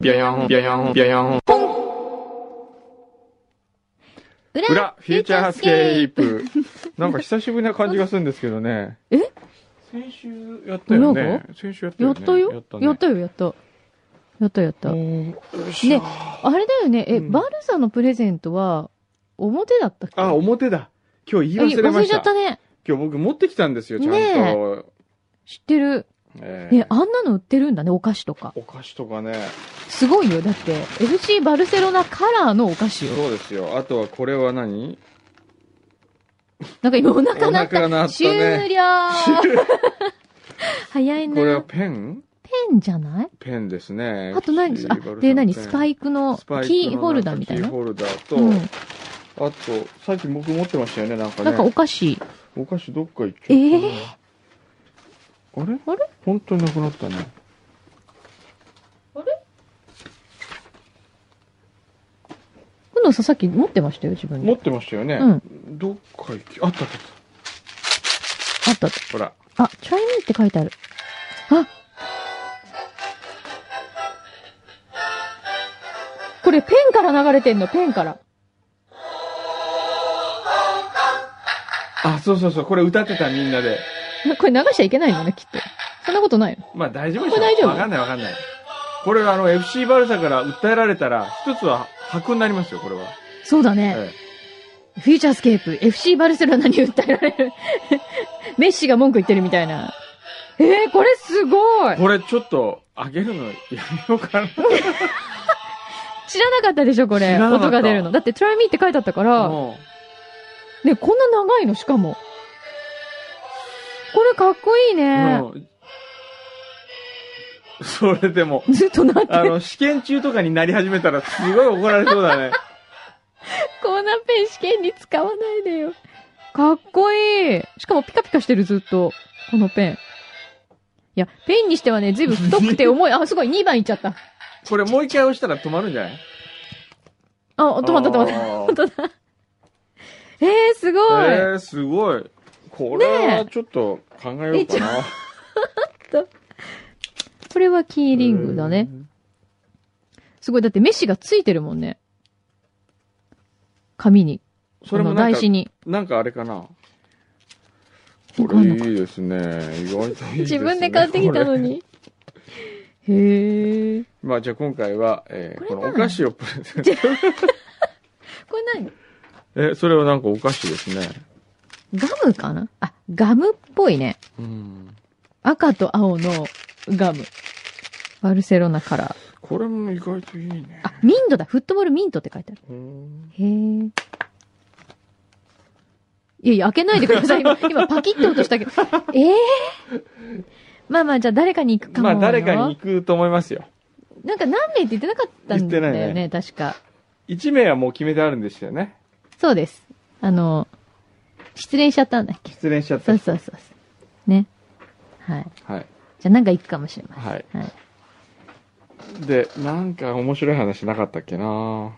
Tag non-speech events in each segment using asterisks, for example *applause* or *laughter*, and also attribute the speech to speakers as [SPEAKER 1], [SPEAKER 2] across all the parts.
[SPEAKER 1] ビャヤン、ビャヤン、ビャヤン。
[SPEAKER 2] 裏
[SPEAKER 1] 裏、フューチャースケー
[SPEAKER 2] プ
[SPEAKER 1] プ。なんか久しぶりな感じがするんですけどね。
[SPEAKER 2] え
[SPEAKER 1] 先週やったよね。先週やったよ
[SPEAKER 2] やっ
[SPEAKER 1] ね。
[SPEAKER 2] たよ。やった,、
[SPEAKER 1] ね
[SPEAKER 2] やったよ、やった。やった、やった。
[SPEAKER 1] ね
[SPEAKER 2] ね、あれだよね、え、
[SPEAKER 1] うん
[SPEAKER 2] バルサのプレゼントは、表だったっけ
[SPEAKER 1] あ、表だ。今日
[SPEAKER 2] え
[SPEAKER 1] 言い忘れまし
[SPEAKER 2] ち
[SPEAKER 1] た。
[SPEAKER 2] ゃったね。
[SPEAKER 1] 今日僕持ってきたんですよ、ちゃんと。
[SPEAKER 2] ね知ってる。
[SPEAKER 1] えー
[SPEAKER 2] ね、あんなの売ってるんだね、お菓子とか。
[SPEAKER 1] お菓子とかね。
[SPEAKER 2] すごいよ。だって、FC バルセロナカラーのお菓子よ。
[SPEAKER 1] そうですよ。あとはこれは何
[SPEAKER 2] なんか今お腹鳴っ
[SPEAKER 1] お腹
[SPEAKER 2] た。
[SPEAKER 1] 鳴ったね
[SPEAKER 2] 終了
[SPEAKER 1] *laughs*
[SPEAKER 2] 早い
[SPEAKER 1] これは
[SPEAKER 2] な。ペ
[SPEAKER 1] ペン
[SPEAKER 2] ンじゃない
[SPEAKER 1] ペンですね。
[SPEAKER 2] あと何ですあ、で何スパ
[SPEAKER 1] イ
[SPEAKER 2] イクの
[SPEAKER 1] スパイクの
[SPEAKER 2] キーホルダーみたい
[SPEAKER 1] キ
[SPEAKER 2] な
[SPEAKER 1] ー。ホルダーと、
[SPEAKER 2] うん。
[SPEAKER 1] あと、さっき僕持ってましたよね、なんかね。
[SPEAKER 2] なんかお菓子。
[SPEAKER 1] お菓子どっか行っちゃったな。
[SPEAKER 2] え
[SPEAKER 1] あれ
[SPEAKER 2] あれ
[SPEAKER 1] 本当になくなったね。
[SPEAKER 2] くのさんさっき持ってましたよ、自分
[SPEAKER 1] 持
[SPEAKER 2] で。
[SPEAKER 1] ってましたよね。
[SPEAKER 2] うん
[SPEAKER 1] どっか行き、あったあったあっ
[SPEAKER 2] あった。
[SPEAKER 1] た。ほら。
[SPEAKER 2] あ、チャイミーって書いてある。あこれペンから流れてんの、ペンから。
[SPEAKER 1] あ、そうそうそう。これ歌ってたみんなで。
[SPEAKER 2] これ流しちゃいけないのね、きっと。そんなことないの
[SPEAKER 1] まあ大丈夫でしょ。
[SPEAKER 2] これ大丈夫
[SPEAKER 1] わかんないわかんない。これあの FC バルサから訴えられたら、一つは破空になりますよ、これは。
[SPEAKER 2] そうだね。
[SPEAKER 1] え
[SPEAKER 2] フューチャースケープ、FC バルセロナに訴えられる。メッシが文句言ってるみたいな。えー、これすごい
[SPEAKER 1] えこれちょっと、あげるのやめようかな。
[SPEAKER 2] 知らなかったでしょ、こ
[SPEAKER 1] 知
[SPEAKER 2] れ。
[SPEAKER 1] らなかった
[SPEAKER 2] 音が出るの。だって、try me って書いてあったから、
[SPEAKER 1] も
[SPEAKER 2] ね、こんな長いの、しかも。これかっこいいうね。
[SPEAKER 1] もうそれでも、
[SPEAKER 2] ずっとなって
[SPEAKER 1] あの、試験中とかになり始めたら、すごい怒られそうだ
[SPEAKER 2] *laughs*
[SPEAKER 1] ね。
[SPEAKER 2] こんなペン試験に使わないでよ。かっこいい。しかもピカピカしてる、ずっと。このペン。いや、ペンにしてはね、ずいぶん太くて
[SPEAKER 1] *laughs*
[SPEAKER 2] 重い。あ、すごい、2番いっちゃった。
[SPEAKER 1] これもう一回押したら止まるんじゃない
[SPEAKER 2] あ、止まった、止まった。
[SPEAKER 1] あー
[SPEAKER 2] 本当だ。えー、すごい。
[SPEAKER 1] えー、すごい。これはちょっと考えようかな。
[SPEAKER 2] これはキーリングだね。すごい、だってメッシがついてるもんね。紙に。
[SPEAKER 1] うん。それも
[SPEAKER 2] この
[SPEAKER 1] なん
[SPEAKER 2] 台
[SPEAKER 1] か、
[SPEAKER 2] 紙に。
[SPEAKER 1] なんかあれかな。
[SPEAKER 2] わ
[SPEAKER 1] こ
[SPEAKER 2] かん
[SPEAKER 1] れ
[SPEAKER 2] ない
[SPEAKER 1] いいですね。意外といいですね。
[SPEAKER 2] *laughs* 自分で買ってきたの
[SPEAKER 1] これ。
[SPEAKER 2] *laughs* に。へえ。
[SPEAKER 1] まあじゃあ今回は、えー
[SPEAKER 2] こ
[SPEAKER 1] こ
[SPEAKER 2] れ
[SPEAKER 1] の
[SPEAKER 2] 何
[SPEAKER 1] お菓子をプレゼント。
[SPEAKER 2] これ何
[SPEAKER 1] え、それはなんかお菓子ですね。
[SPEAKER 2] ガムかなあ、ガムっぽいね。
[SPEAKER 1] うん。
[SPEAKER 2] 赤と青のガム。バルセロナカラー。
[SPEAKER 1] これも意外といいね。
[SPEAKER 2] あ、ミントだ。フットボールミントって書いてある。
[SPEAKER 1] うん
[SPEAKER 2] へえ。いやいや、開けないでください。今、今パキッて音したけど。ええまあまあ、じゃあ誰かに行くかも
[SPEAKER 1] ま
[SPEAKER 2] よ。
[SPEAKER 1] あ誰かに行くと思いますよ。
[SPEAKER 2] なんか何名って言ってなかったんだよ
[SPEAKER 1] 言
[SPEAKER 2] ね、
[SPEAKER 1] ってない
[SPEAKER 2] 確か。
[SPEAKER 1] 1名はもう決めてあるんですよね。
[SPEAKER 2] そうです。あの、失恋しちゃったんだっけ。
[SPEAKER 1] 失恋しちゃった
[SPEAKER 2] そう
[SPEAKER 1] 人。
[SPEAKER 2] そうそうそう。ね。はい。
[SPEAKER 1] はい。
[SPEAKER 2] じゃあなんか行くかもしれません。
[SPEAKER 1] はい。
[SPEAKER 2] はい。
[SPEAKER 1] で、なんか面白い話なかったっけな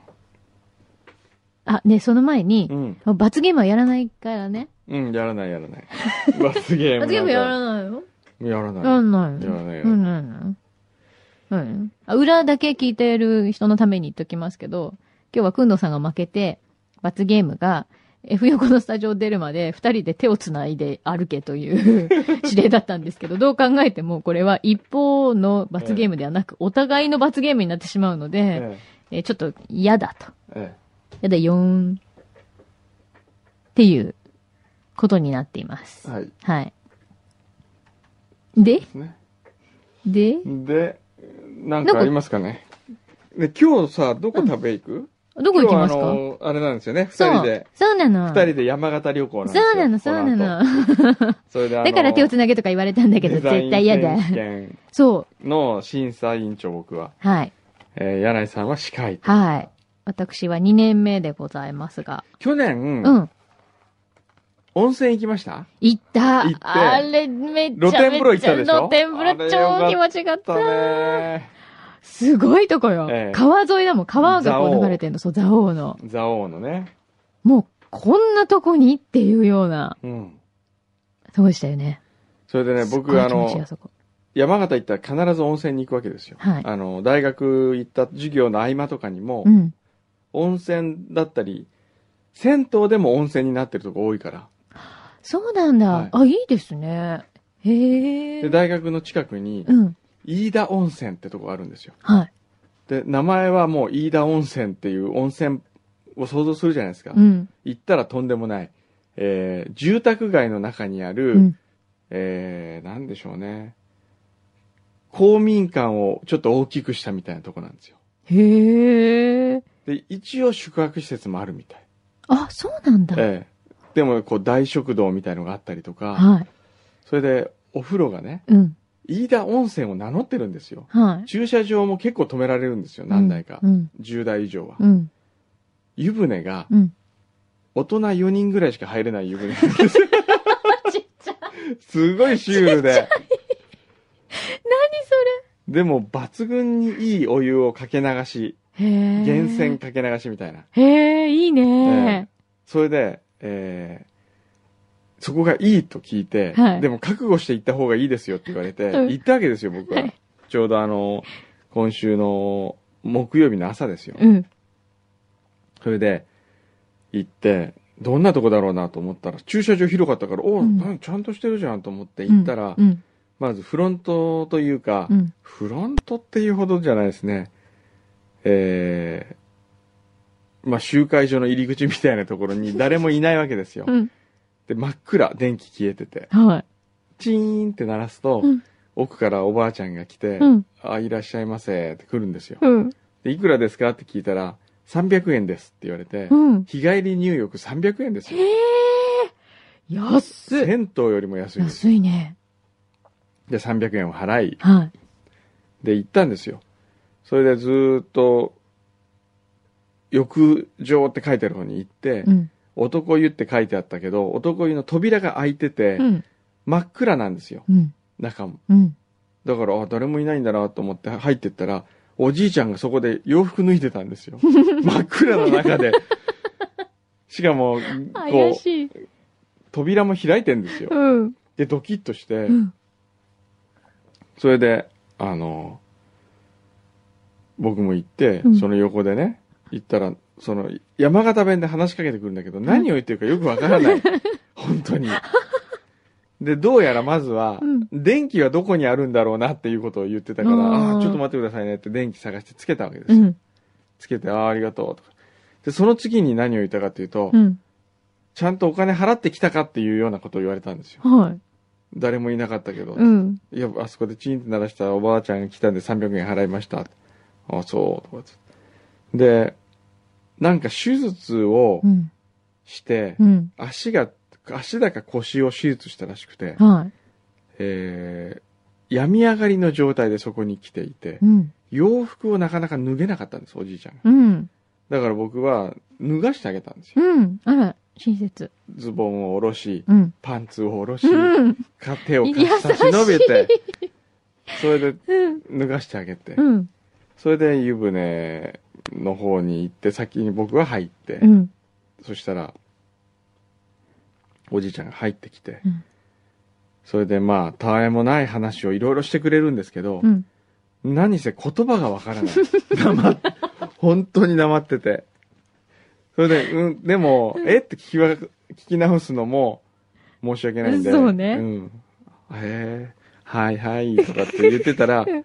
[SPEAKER 2] あ、ね、その前に
[SPEAKER 1] う、ん。
[SPEAKER 2] 罰ゲームはやらないからね。
[SPEAKER 1] うん、やらないやら
[SPEAKER 2] *laughs*
[SPEAKER 1] ない。罰ゲーム。
[SPEAKER 2] 罰ゲームやら
[SPEAKER 1] い。
[SPEAKER 2] ないよ。
[SPEAKER 1] やら
[SPEAKER 2] やら
[SPEAKER 1] ない。
[SPEAKER 2] ない
[SPEAKER 1] やら
[SPEAKER 2] よ。
[SPEAKER 1] ないや
[SPEAKER 2] う
[SPEAKER 1] ら
[SPEAKER 2] ん、
[SPEAKER 1] ない。
[SPEAKER 2] やらない。うん。あ裏だけ聞いてる人のために言っときますけど、今日はくんどうさんが負けて、罰ゲームが、F 横のスタジオを出るまで二人で手をつないで歩けと
[SPEAKER 1] *laughs*
[SPEAKER 2] いう指令だったんですけど、どう考えてもこれは一方の罰ゲームではなく、お互いの罰ゲームになってしまうので、
[SPEAKER 1] え
[SPEAKER 2] えーちょっと嫌だと。
[SPEAKER 1] ええ
[SPEAKER 2] やだよーん。っていうことになっています
[SPEAKER 1] え。はい。
[SPEAKER 2] はい。で
[SPEAKER 1] ね。
[SPEAKER 2] で
[SPEAKER 1] で、なんかありますかね。で、今日さ、どこ食べ行く
[SPEAKER 2] どこ行きます
[SPEAKER 1] 今日あ
[SPEAKER 2] か
[SPEAKER 1] の、あれなんですよね。
[SPEAKER 2] そ
[SPEAKER 1] 二人
[SPEAKER 2] う
[SPEAKER 1] で。。
[SPEAKER 2] そうなの。
[SPEAKER 1] 二人で山形旅行なんです
[SPEAKER 2] そ
[SPEAKER 1] よ。
[SPEAKER 2] うなの、そうな
[SPEAKER 1] こ
[SPEAKER 2] の。
[SPEAKER 1] 後。それであの
[SPEAKER 2] *laughs* だから手をつなげとか言われたんだけど、
[SPEAKER 1] デザイ
[SPEAKER 2] 絶
[SPEAKER 1] ン
[SPEAKER 2] 対嫌だ。
[SPEAKER 1] 選手権
[SPEAKER 2] そ
[SPEAKER 1] の審査委員長僕は。
[SPEAKER 2] う。はい。
[SPEAKER 1] えー、柳井さんは司会。
[SPEAKER 2] はい。私は2年目でございますが。
[SPEAKER 1] 去年、
[SPEAKER 2] うん。
[SPEAKER 1] 温泉行きました
[SPEAKER 2] 行った
[SPEAKER 1] 行って
[SPEAKER 2] あれ、めっちゃめっち
[SPEAKER 1] 露
[SPEAKER 2] ゃ。
[SPEAKER 1] 天風呂行ったでしょ
[SPEAKER 2] 露天風呂超気持ちよかっ
[SPEAKER 1] だね
[SPEAKER 2] た。
[SPEAKER 1] ー。
[SPEAKER 2] すごいとこよ。
[SPEAKER 1] ええ
[SPEAKER 2] 川沿いだもん。川がこう流れてんの。そう、蔵王の。
[SPEAKER 1] 蔵王のね。
[SPEAKER 2] もう、こんなとこにっていうような、
[SPEAKER 1] うん。
[SPEAKER 2] そうでしたよね。
[SPEAKER 1] それでね、
[SPEAKER 2] すっごい
[SPEAKER 1] 僕、あ
[SPEAKER 2] 気持ちいい
[SPEAKER 1] の
[SPEAKER 2] あ、そこ
[SPEAKER 1] 山形行ったら必ず温泉に行くわけですよ。
[SPEAKER 2] はい
[SPEAKER 1] あの、大学行った授業の合間とかにも、
[SPEAKER 2] うん。
[SPEAKER 1] 温泉だったり、銭湯でも温泉になってるとこ多いから。
[SPEAKER 2] そうなんだ。
[SPEAKER 1] はい
[SPEAKER 2] あ、いいですね。へえ。
[SPEAKER 1] で、大学の近くに、
[SPEAKER 2] うん。
[SPEAKER 1] 飯田温泉ってとこがあるんですよ。
[SPEAKER 2] はい。
[SPEAKER 1] で、名前はもう飯田温泉っていう温泉を想像するじゃないですか。
[SPEAKER 2] うん。
[SPEAKER 1] 行ったらとんでもない。えー住宅街の中にある、
[SPEAKER 2] うん。
[SPEAKER 1] えーなんでしょうね。公民館をちょっと大きくしたみたいなとこなんですよ。
[SPEAKER 2] へえ。
[SPEAKER 1] で、一応宿泊施設もあるみたい。
[SPEAKER 2] あ、そうなんだ。
[SPEAKER 1] ええでも、こう、大食堂みたいのがあったりとか、
[SPEAKER 2] はい。
[SPEAKER 1] それで、お風呂がね、
[SPEAKER 2] うん。
[SPEAKER 1] 飯田温泉を名乗ってるんですよ。
[SPEAKER 2] はい。
[SPEAKER 1] 駐車場も結構止められるんですよ、何台か
[SPEAKER 2] う。ん。
[SPEAKER 1] 10台以上は
[SPEAKER 2] う。ん。
[SPEAKER 1] 湯船が、 *laughs*
[SPEAKER 2] うん。
[SPEAKER 1] 大人4人ぐらいしか入れない湯船なんですよ
[SPEAKER 2] ちっちゃい。何
[SPEAKER 1] すごいシュールで。
[SPEAKER 2] そ
[SPEAKER 1] でも、抜群にいいお湯をかけ流し、
[SPEAKER 2] れ。へえ。
[SPEAKER 1] 源泉。かけ流しみたいな。
[SPEAKER 2] へえ、いいね。
[SPEAKER 1] それで、えーそこがいいと聞いて、
[SPEAKER 2] はい
[SPEAKER 1] でも覚悟して行った方がいいですよって言われて、
[SPEAKER 2] うん
[SPEAKER 1] 行ったわけですよ、僕は。
[SPEAKER 2] はい
[SPEAKER 1] ちょうどあの、今週の木曜日の朝ですよ。
[SPEAKER 2] うん。
[SPEAKER 1] それで、行って、どんなとこだろうなと思ったら、駐車場広かったから、おお、
[SPEAKER 2] うん
[SPEAKER 1] なんちゃんとしてるじゃんと思って行ったら、
[SPEAKER 2] うん。
[SPEAKER 1] まずフロントというか、
[SPEAKER 2] うん。
[SPEAKER 1] フロントっていうほどじゃないですね。えー、まあ、集会所の入り口みたいなところに誰もいないわけですよ。
[SPEAKER 2] うん。
[SPEAKER 1] で、真っ暗、電気消えてて、
[SPEAKER 2] はい。
[SPEAKER 1] チーンって鳴らすと、
[SPEAKER 2] うん
[SPEAKER 1] 奥からおばあちゃんが来て、
[SPEAKER 2] うん。
[SPEAKER 1] あ、いらっしゃいませって来るんですよ。
[SPEAKER 2] うん。
[SPEAKER 1] で、いくらですかって聞いたら、300円ですって言われて、
[SPEAKER 2] うん。
[SPEAKER 1] 日帰り入浴300円です
[SPEAKER 2] へ
[SPEAKER 1] よ。
[SPEAKER 2] え。安い。
[SPEAKER 1] 銭湯よりも安いです。
[SPEAKER 2] 安いね。
[SPEAKER 1] で、300円を払い、
[SPEAKER 2] はい。
[SPEAKER 1] で、行ったんですよ。それでずーっと、浴場って書いてある方に行って、
[SPEAKER 2] うん。
[SPEAKER 1] 男湯って書いてあったけど、男湯の扉が開いてて、
[SPEAKER 2] うん。
[SPEAKER 1] 真っ暗なんですよ、
[SPEAKER 2] うん。
[SPEAKER 1] 中も。
[SPEAKER 2] うん。
[SPEAKER 1] だから、あ、誰もいないんだなと思って入ってったら、おじいちゃんがそこで洋服脱いでたんです
[SPEAKER 2] *laughs*
[SPEAKER 1] よ。真っ暗の中で。しかも、
[SPEAKER 2] 怪
[SPEAKER 1] こう、
[SPEAKER 2] しい。
[SPEAKER 1] 扉も開いてんですよ。
[SPEAKER 2] うん。
[SPEAKER 1] で、ドキッとして
[SPEAKER 2] う、ん。
[SPEAKER 1] それで、あの、僕も行って、
[SPEAKER 2] うん
[SPEAKER 1] その横でね、行ったら、その、山形弁で話しかけてくるんだけど、何を言ってるかよくわから
[SPEAKER 2] *laughs*
[SPEAKER 1] ない。本当に。で、どうやらまずは、
[SPEAKER 2] うん
[SPEAKER 1] 電気はどこにあるんだろうなっていうことを言ってたから、
[SPEAKER 2] あー
[SPEAKER 1] ああー、ちょっと待ってくださいねって電気探してつけたわけです
[SPEAKER 2] う
[SPEAKER 1] よ。
[SPEAKER 2] ん。
[SPEAKER 1] つけて、ああ、ありがとうとか。で、その次に何を言ったかっていうと、
[SPEAKER 2] うん。
[SPEAKER 1] ちゃんとお金払ってきたかっていうようなことを言われたんですよ。
[SPEAKER 2] はい。
[SPEAKER 1] 誰もいなかったけど、
[SPEAKER 2] うん。
[SPEAKER 1] いや、あそこでチンって鳴らしたおばあちゃんが来たんで300円払いました。あ、そう、とかつってで、なんか手術を
[SPEAKER 2] うん。
[SPEAKER 1] して
[SPEAKER 2] う、ん。
[SPEAKER 1] 足が、足だか腰を手術したらしくて、
[SPEAKER 2] は
[SPEAKER 1] えー、病み上がりの状態でそこに来ていて
[SPEAKER 2] い。う、ん。
[SPEAKER 1] 洋服をなかなか脱げなかったんです、おじいちゃんが。
[SPEAKER 2] うん。
[SPEAKER 1] だから僕は脱がしてあげたんですよ。
[SPEAKER 2] うん。あら、親切。
[SPEAKER 1] ズボンを下ろし、
[SPEAKER 2] うん。
[SPEAKER 1] パンツを下ろし、
[SPEAKER 2] うん。
[SPEAKER 1] か手を
[SPEAKER 2] 優しい
[SPEAKER 1] 差し伸べて、それで
[SPEAKER 2] うん。
[SPEAKER 1] 脱がしてあげて
[SPEAKER 2] う、ん。
[SPEAKER 1] それで湯船の方に行って、先に僕は入って、
[SPEAKER 2] うん。
[SPEAKER 1] そしたら、おじいちゃんが入ってきて、
[SPEAKER 2] うん
[SPEAKER 1] それでまあ、たわいもない話をいろいろしてくれるんですけど、
[SPEAKER 2] うん。
[SPEAKER 1] 何せ言葉がわから
[SPEAKER 2] *laughs*
[SPEAKER 1] ない。黙っ本当に黙ってて。それで、うん、でも、えって聞きわ聞き直すのも申し訳ないんで。
[SPEAKER 2] そうね
[SPEAKER 1] ん。へえ、はいはい、とかって言ってた
[SPEAKER 2] *laughs*
[SPEAKER 1] ら
[SPEAKER 2] うん、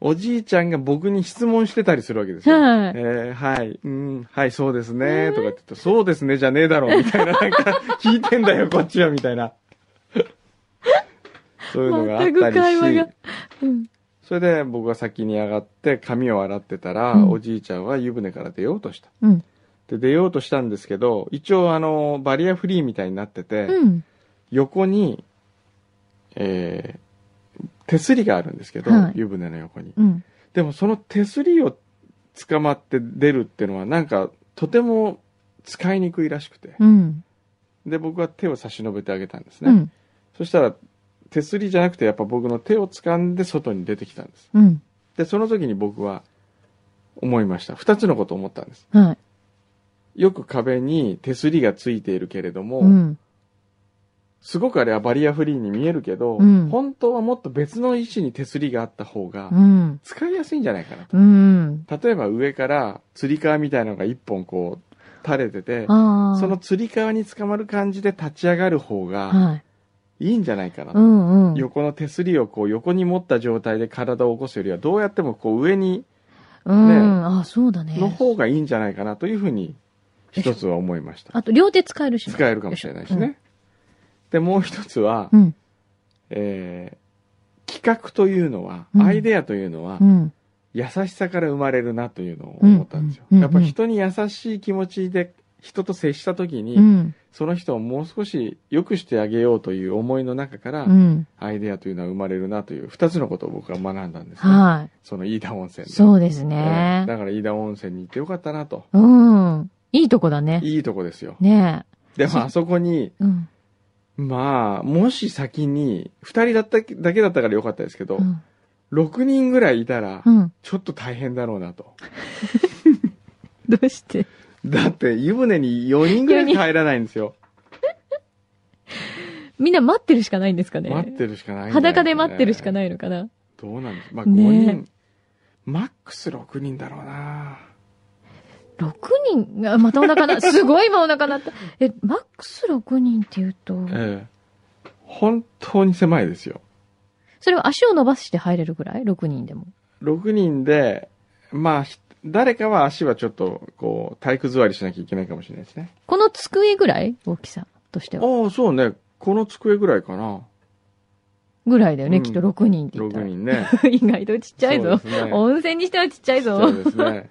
[SPEAKER 1] おじいちゃんが僕に質問してたりするわけですよ。
[SPEAKER 2] はい
[SPEAKER 1] えーはい、うん、はい、そうですね、とかって言って、そうですね、じゃねえだろ、みたい
[SPEAKER 2] *laughs*
[SPEAKER 1] な、なんか、聞いてんだよ、こっちは、みたいな。そういうのがあったりし。
[SPEAKER 2] 全く会話がうん。
[SPEAKER 1] それで僕が先に上がって髪を洗ってたら、
[SPEAKER 2] うん
[SPEAKER 1] おじいちゃんは湯船から出ようとした。
[SPEAKER 2] うん。
[SPEAKER 1] で、出ようとしたんですけど、一応あの、バリアフリーみたいになってて、
[SPEAKER 2] うん。
[SPEAKER 1] 横に、えー手すりがあるんですけど、
[SPEAKER 2] はい
[SPEAKER 1] 湯船の横に。
[SPEAKER 2] うん。
[SPEAKER 1] でもその手すりを捕まって出るっていうのはなんか、とても使いにくいらしくて。
[SPEAKER 2] うん。
[SPEAKER 1] で、僕は手を差し伸べてあげたんですね。
[SPEAKER 2] うん。
[SPEAKER 1] そしたら、手すりじゃなくてやっぱ僕の手を掴んで外に出てきたんです。
[SPEAKER 2] うん。
[SPEAKER 1] で、その時に僕は思いました。二つのことを思ったんです。
[SPEAKER 2] はい。
[SPEAKER 1] よく壁に手すりがついているけれども、
[SPEAKER 2] うん。
[SPEAKER 1] すごくあれはバリアフリーに見えるけど、
[SPEAKER 2] うん
[SPEAKER 1] 本当はもっと別の石に手すりがあった方が
[SPEAKER 2] うん。
[SPEAKER 1] 使いやすいんじゃないかなと。
[SPEAKER 2] うん。
[SPEAKER 1] 例えば上から釣り革みたいなのが一本こう垂れてて、
[SPEAKER 2] ああ。
[SPEAKER 1] その、釣り革につかまる感じで立ち上がる方が
[SPEAKER 2] はい。
[SPEAKER 1] いいんじゃないかなと
[SPEAKER 2] う。んうん。
[SPEAKER 1] 横の手すりをこう横に持った状態で体を起こすよりはどうやってもこう上に
[SPEAKER 2] うん。あ、そうだね。
[SPEAKER 1] の方がいいんじゃないかなというふうに一つは思いました。
[SPEAKER 2] あと、両手使えるしね。
[SPEAKER 1] 使えるかもしれないしね。で、もう一つは、
[SPEAKER 2] うん。
[SPEAKER 1] えー企画というのは、
[SPEAKER 2] うん
[SPEAKER 1] アイデアというのは、
[SPEAKER 2] うん。
[SPEAKER 1] 優しさから生まれるなというのを思ったんですよ。
[SPEAKER 2] うんうん
[SPEAKER 1] やっぱ人に優しい気持ちで人と接した時に、
[SPEAKER 2] うん。
[SPEAKER 1] その人をもう少し良くしてあげようという思いの中から、
[SPEAKER 2] うん。
[SPEAKER 1] アイデアというのは生まれるなという二つのことを僕は学んだんです、ね。
[SPEAKER 2] は
[SPEAKER 1] その飯田温泉
[SPEAKER 2] い。
[SPEAKER 1] で。
[SPEAKER 2] そうです
[SPEAKER 1] えー
[SPEAKER 2] ね。
[SPEAKER 1] だから飯田温泉に行ってよかったなと。
[SPEAKER 2] うん。いいとこだね。
[SPEAKER 1] いいとこですよ。
[SPEAKER 2] ね
[SPEAKER 1] でもあそこに、
[SPEAKER 2] え。うん。
[SPEAKER 1] まあ、もし先に、二人だったけだけだったからよかったですけど
[SPEAKER 2] う、ん
[SPEAKER 1] 六、人ぐらいいたら
[SPEAKER 2] う、ん。
[SPEAKER 1] ちょっと大変だろうなと。
[SPEAKER 2] どうして
[SPEAKER 1] だって湯船に4人ぐらいしか入らないんですよ。
[SPEAKER 2] みんな待ってるしかないんですかね。
[SPEAKER 1] 待ってるしかないんだよね、。
[SPEAKER 2] 裸で待ってるしかないいのかな。
[SPEAKER 1] どうなんですまあ5
[SPEAKER 2] ねえ
[SPEAKER 1] 人、マックス6人だろうな。
[SPEAKER 2] 6人が、またお腹な、 *laughs* すごい今お腹なった。え、マックス6人って言うと、
[SPEAKER 1] ええ本当に狭いですよ。
[SPEAKER 2] それは足を伸ばして入れるぐらい ?6 人でも。
[SPEAKER 1] 6人で、まあ、ひ誰かは足はちょっと、こう、体育座りしなきゃいけないかもしれないですね。
[SPEAKER 2] この机ぐらい大きさとしては。
[SPEAKER 1] ああ、そうね。この机ぐらいかな。
[SPEAKER 2] ぐらいだよね、
[SPEAKER 1] うん
[SPEAKER 2] きっと6人って言ったら
[SPEAKER 1] 6。人ね。
[SPEAKER 2] *laughs* 意外とちっちゃいぞ。
[SPEAKER 1] そうですね
[SPEAKER 2] 温泉にしてはちっちゃいぞ。
[SPEAKER 1] そうですね。だから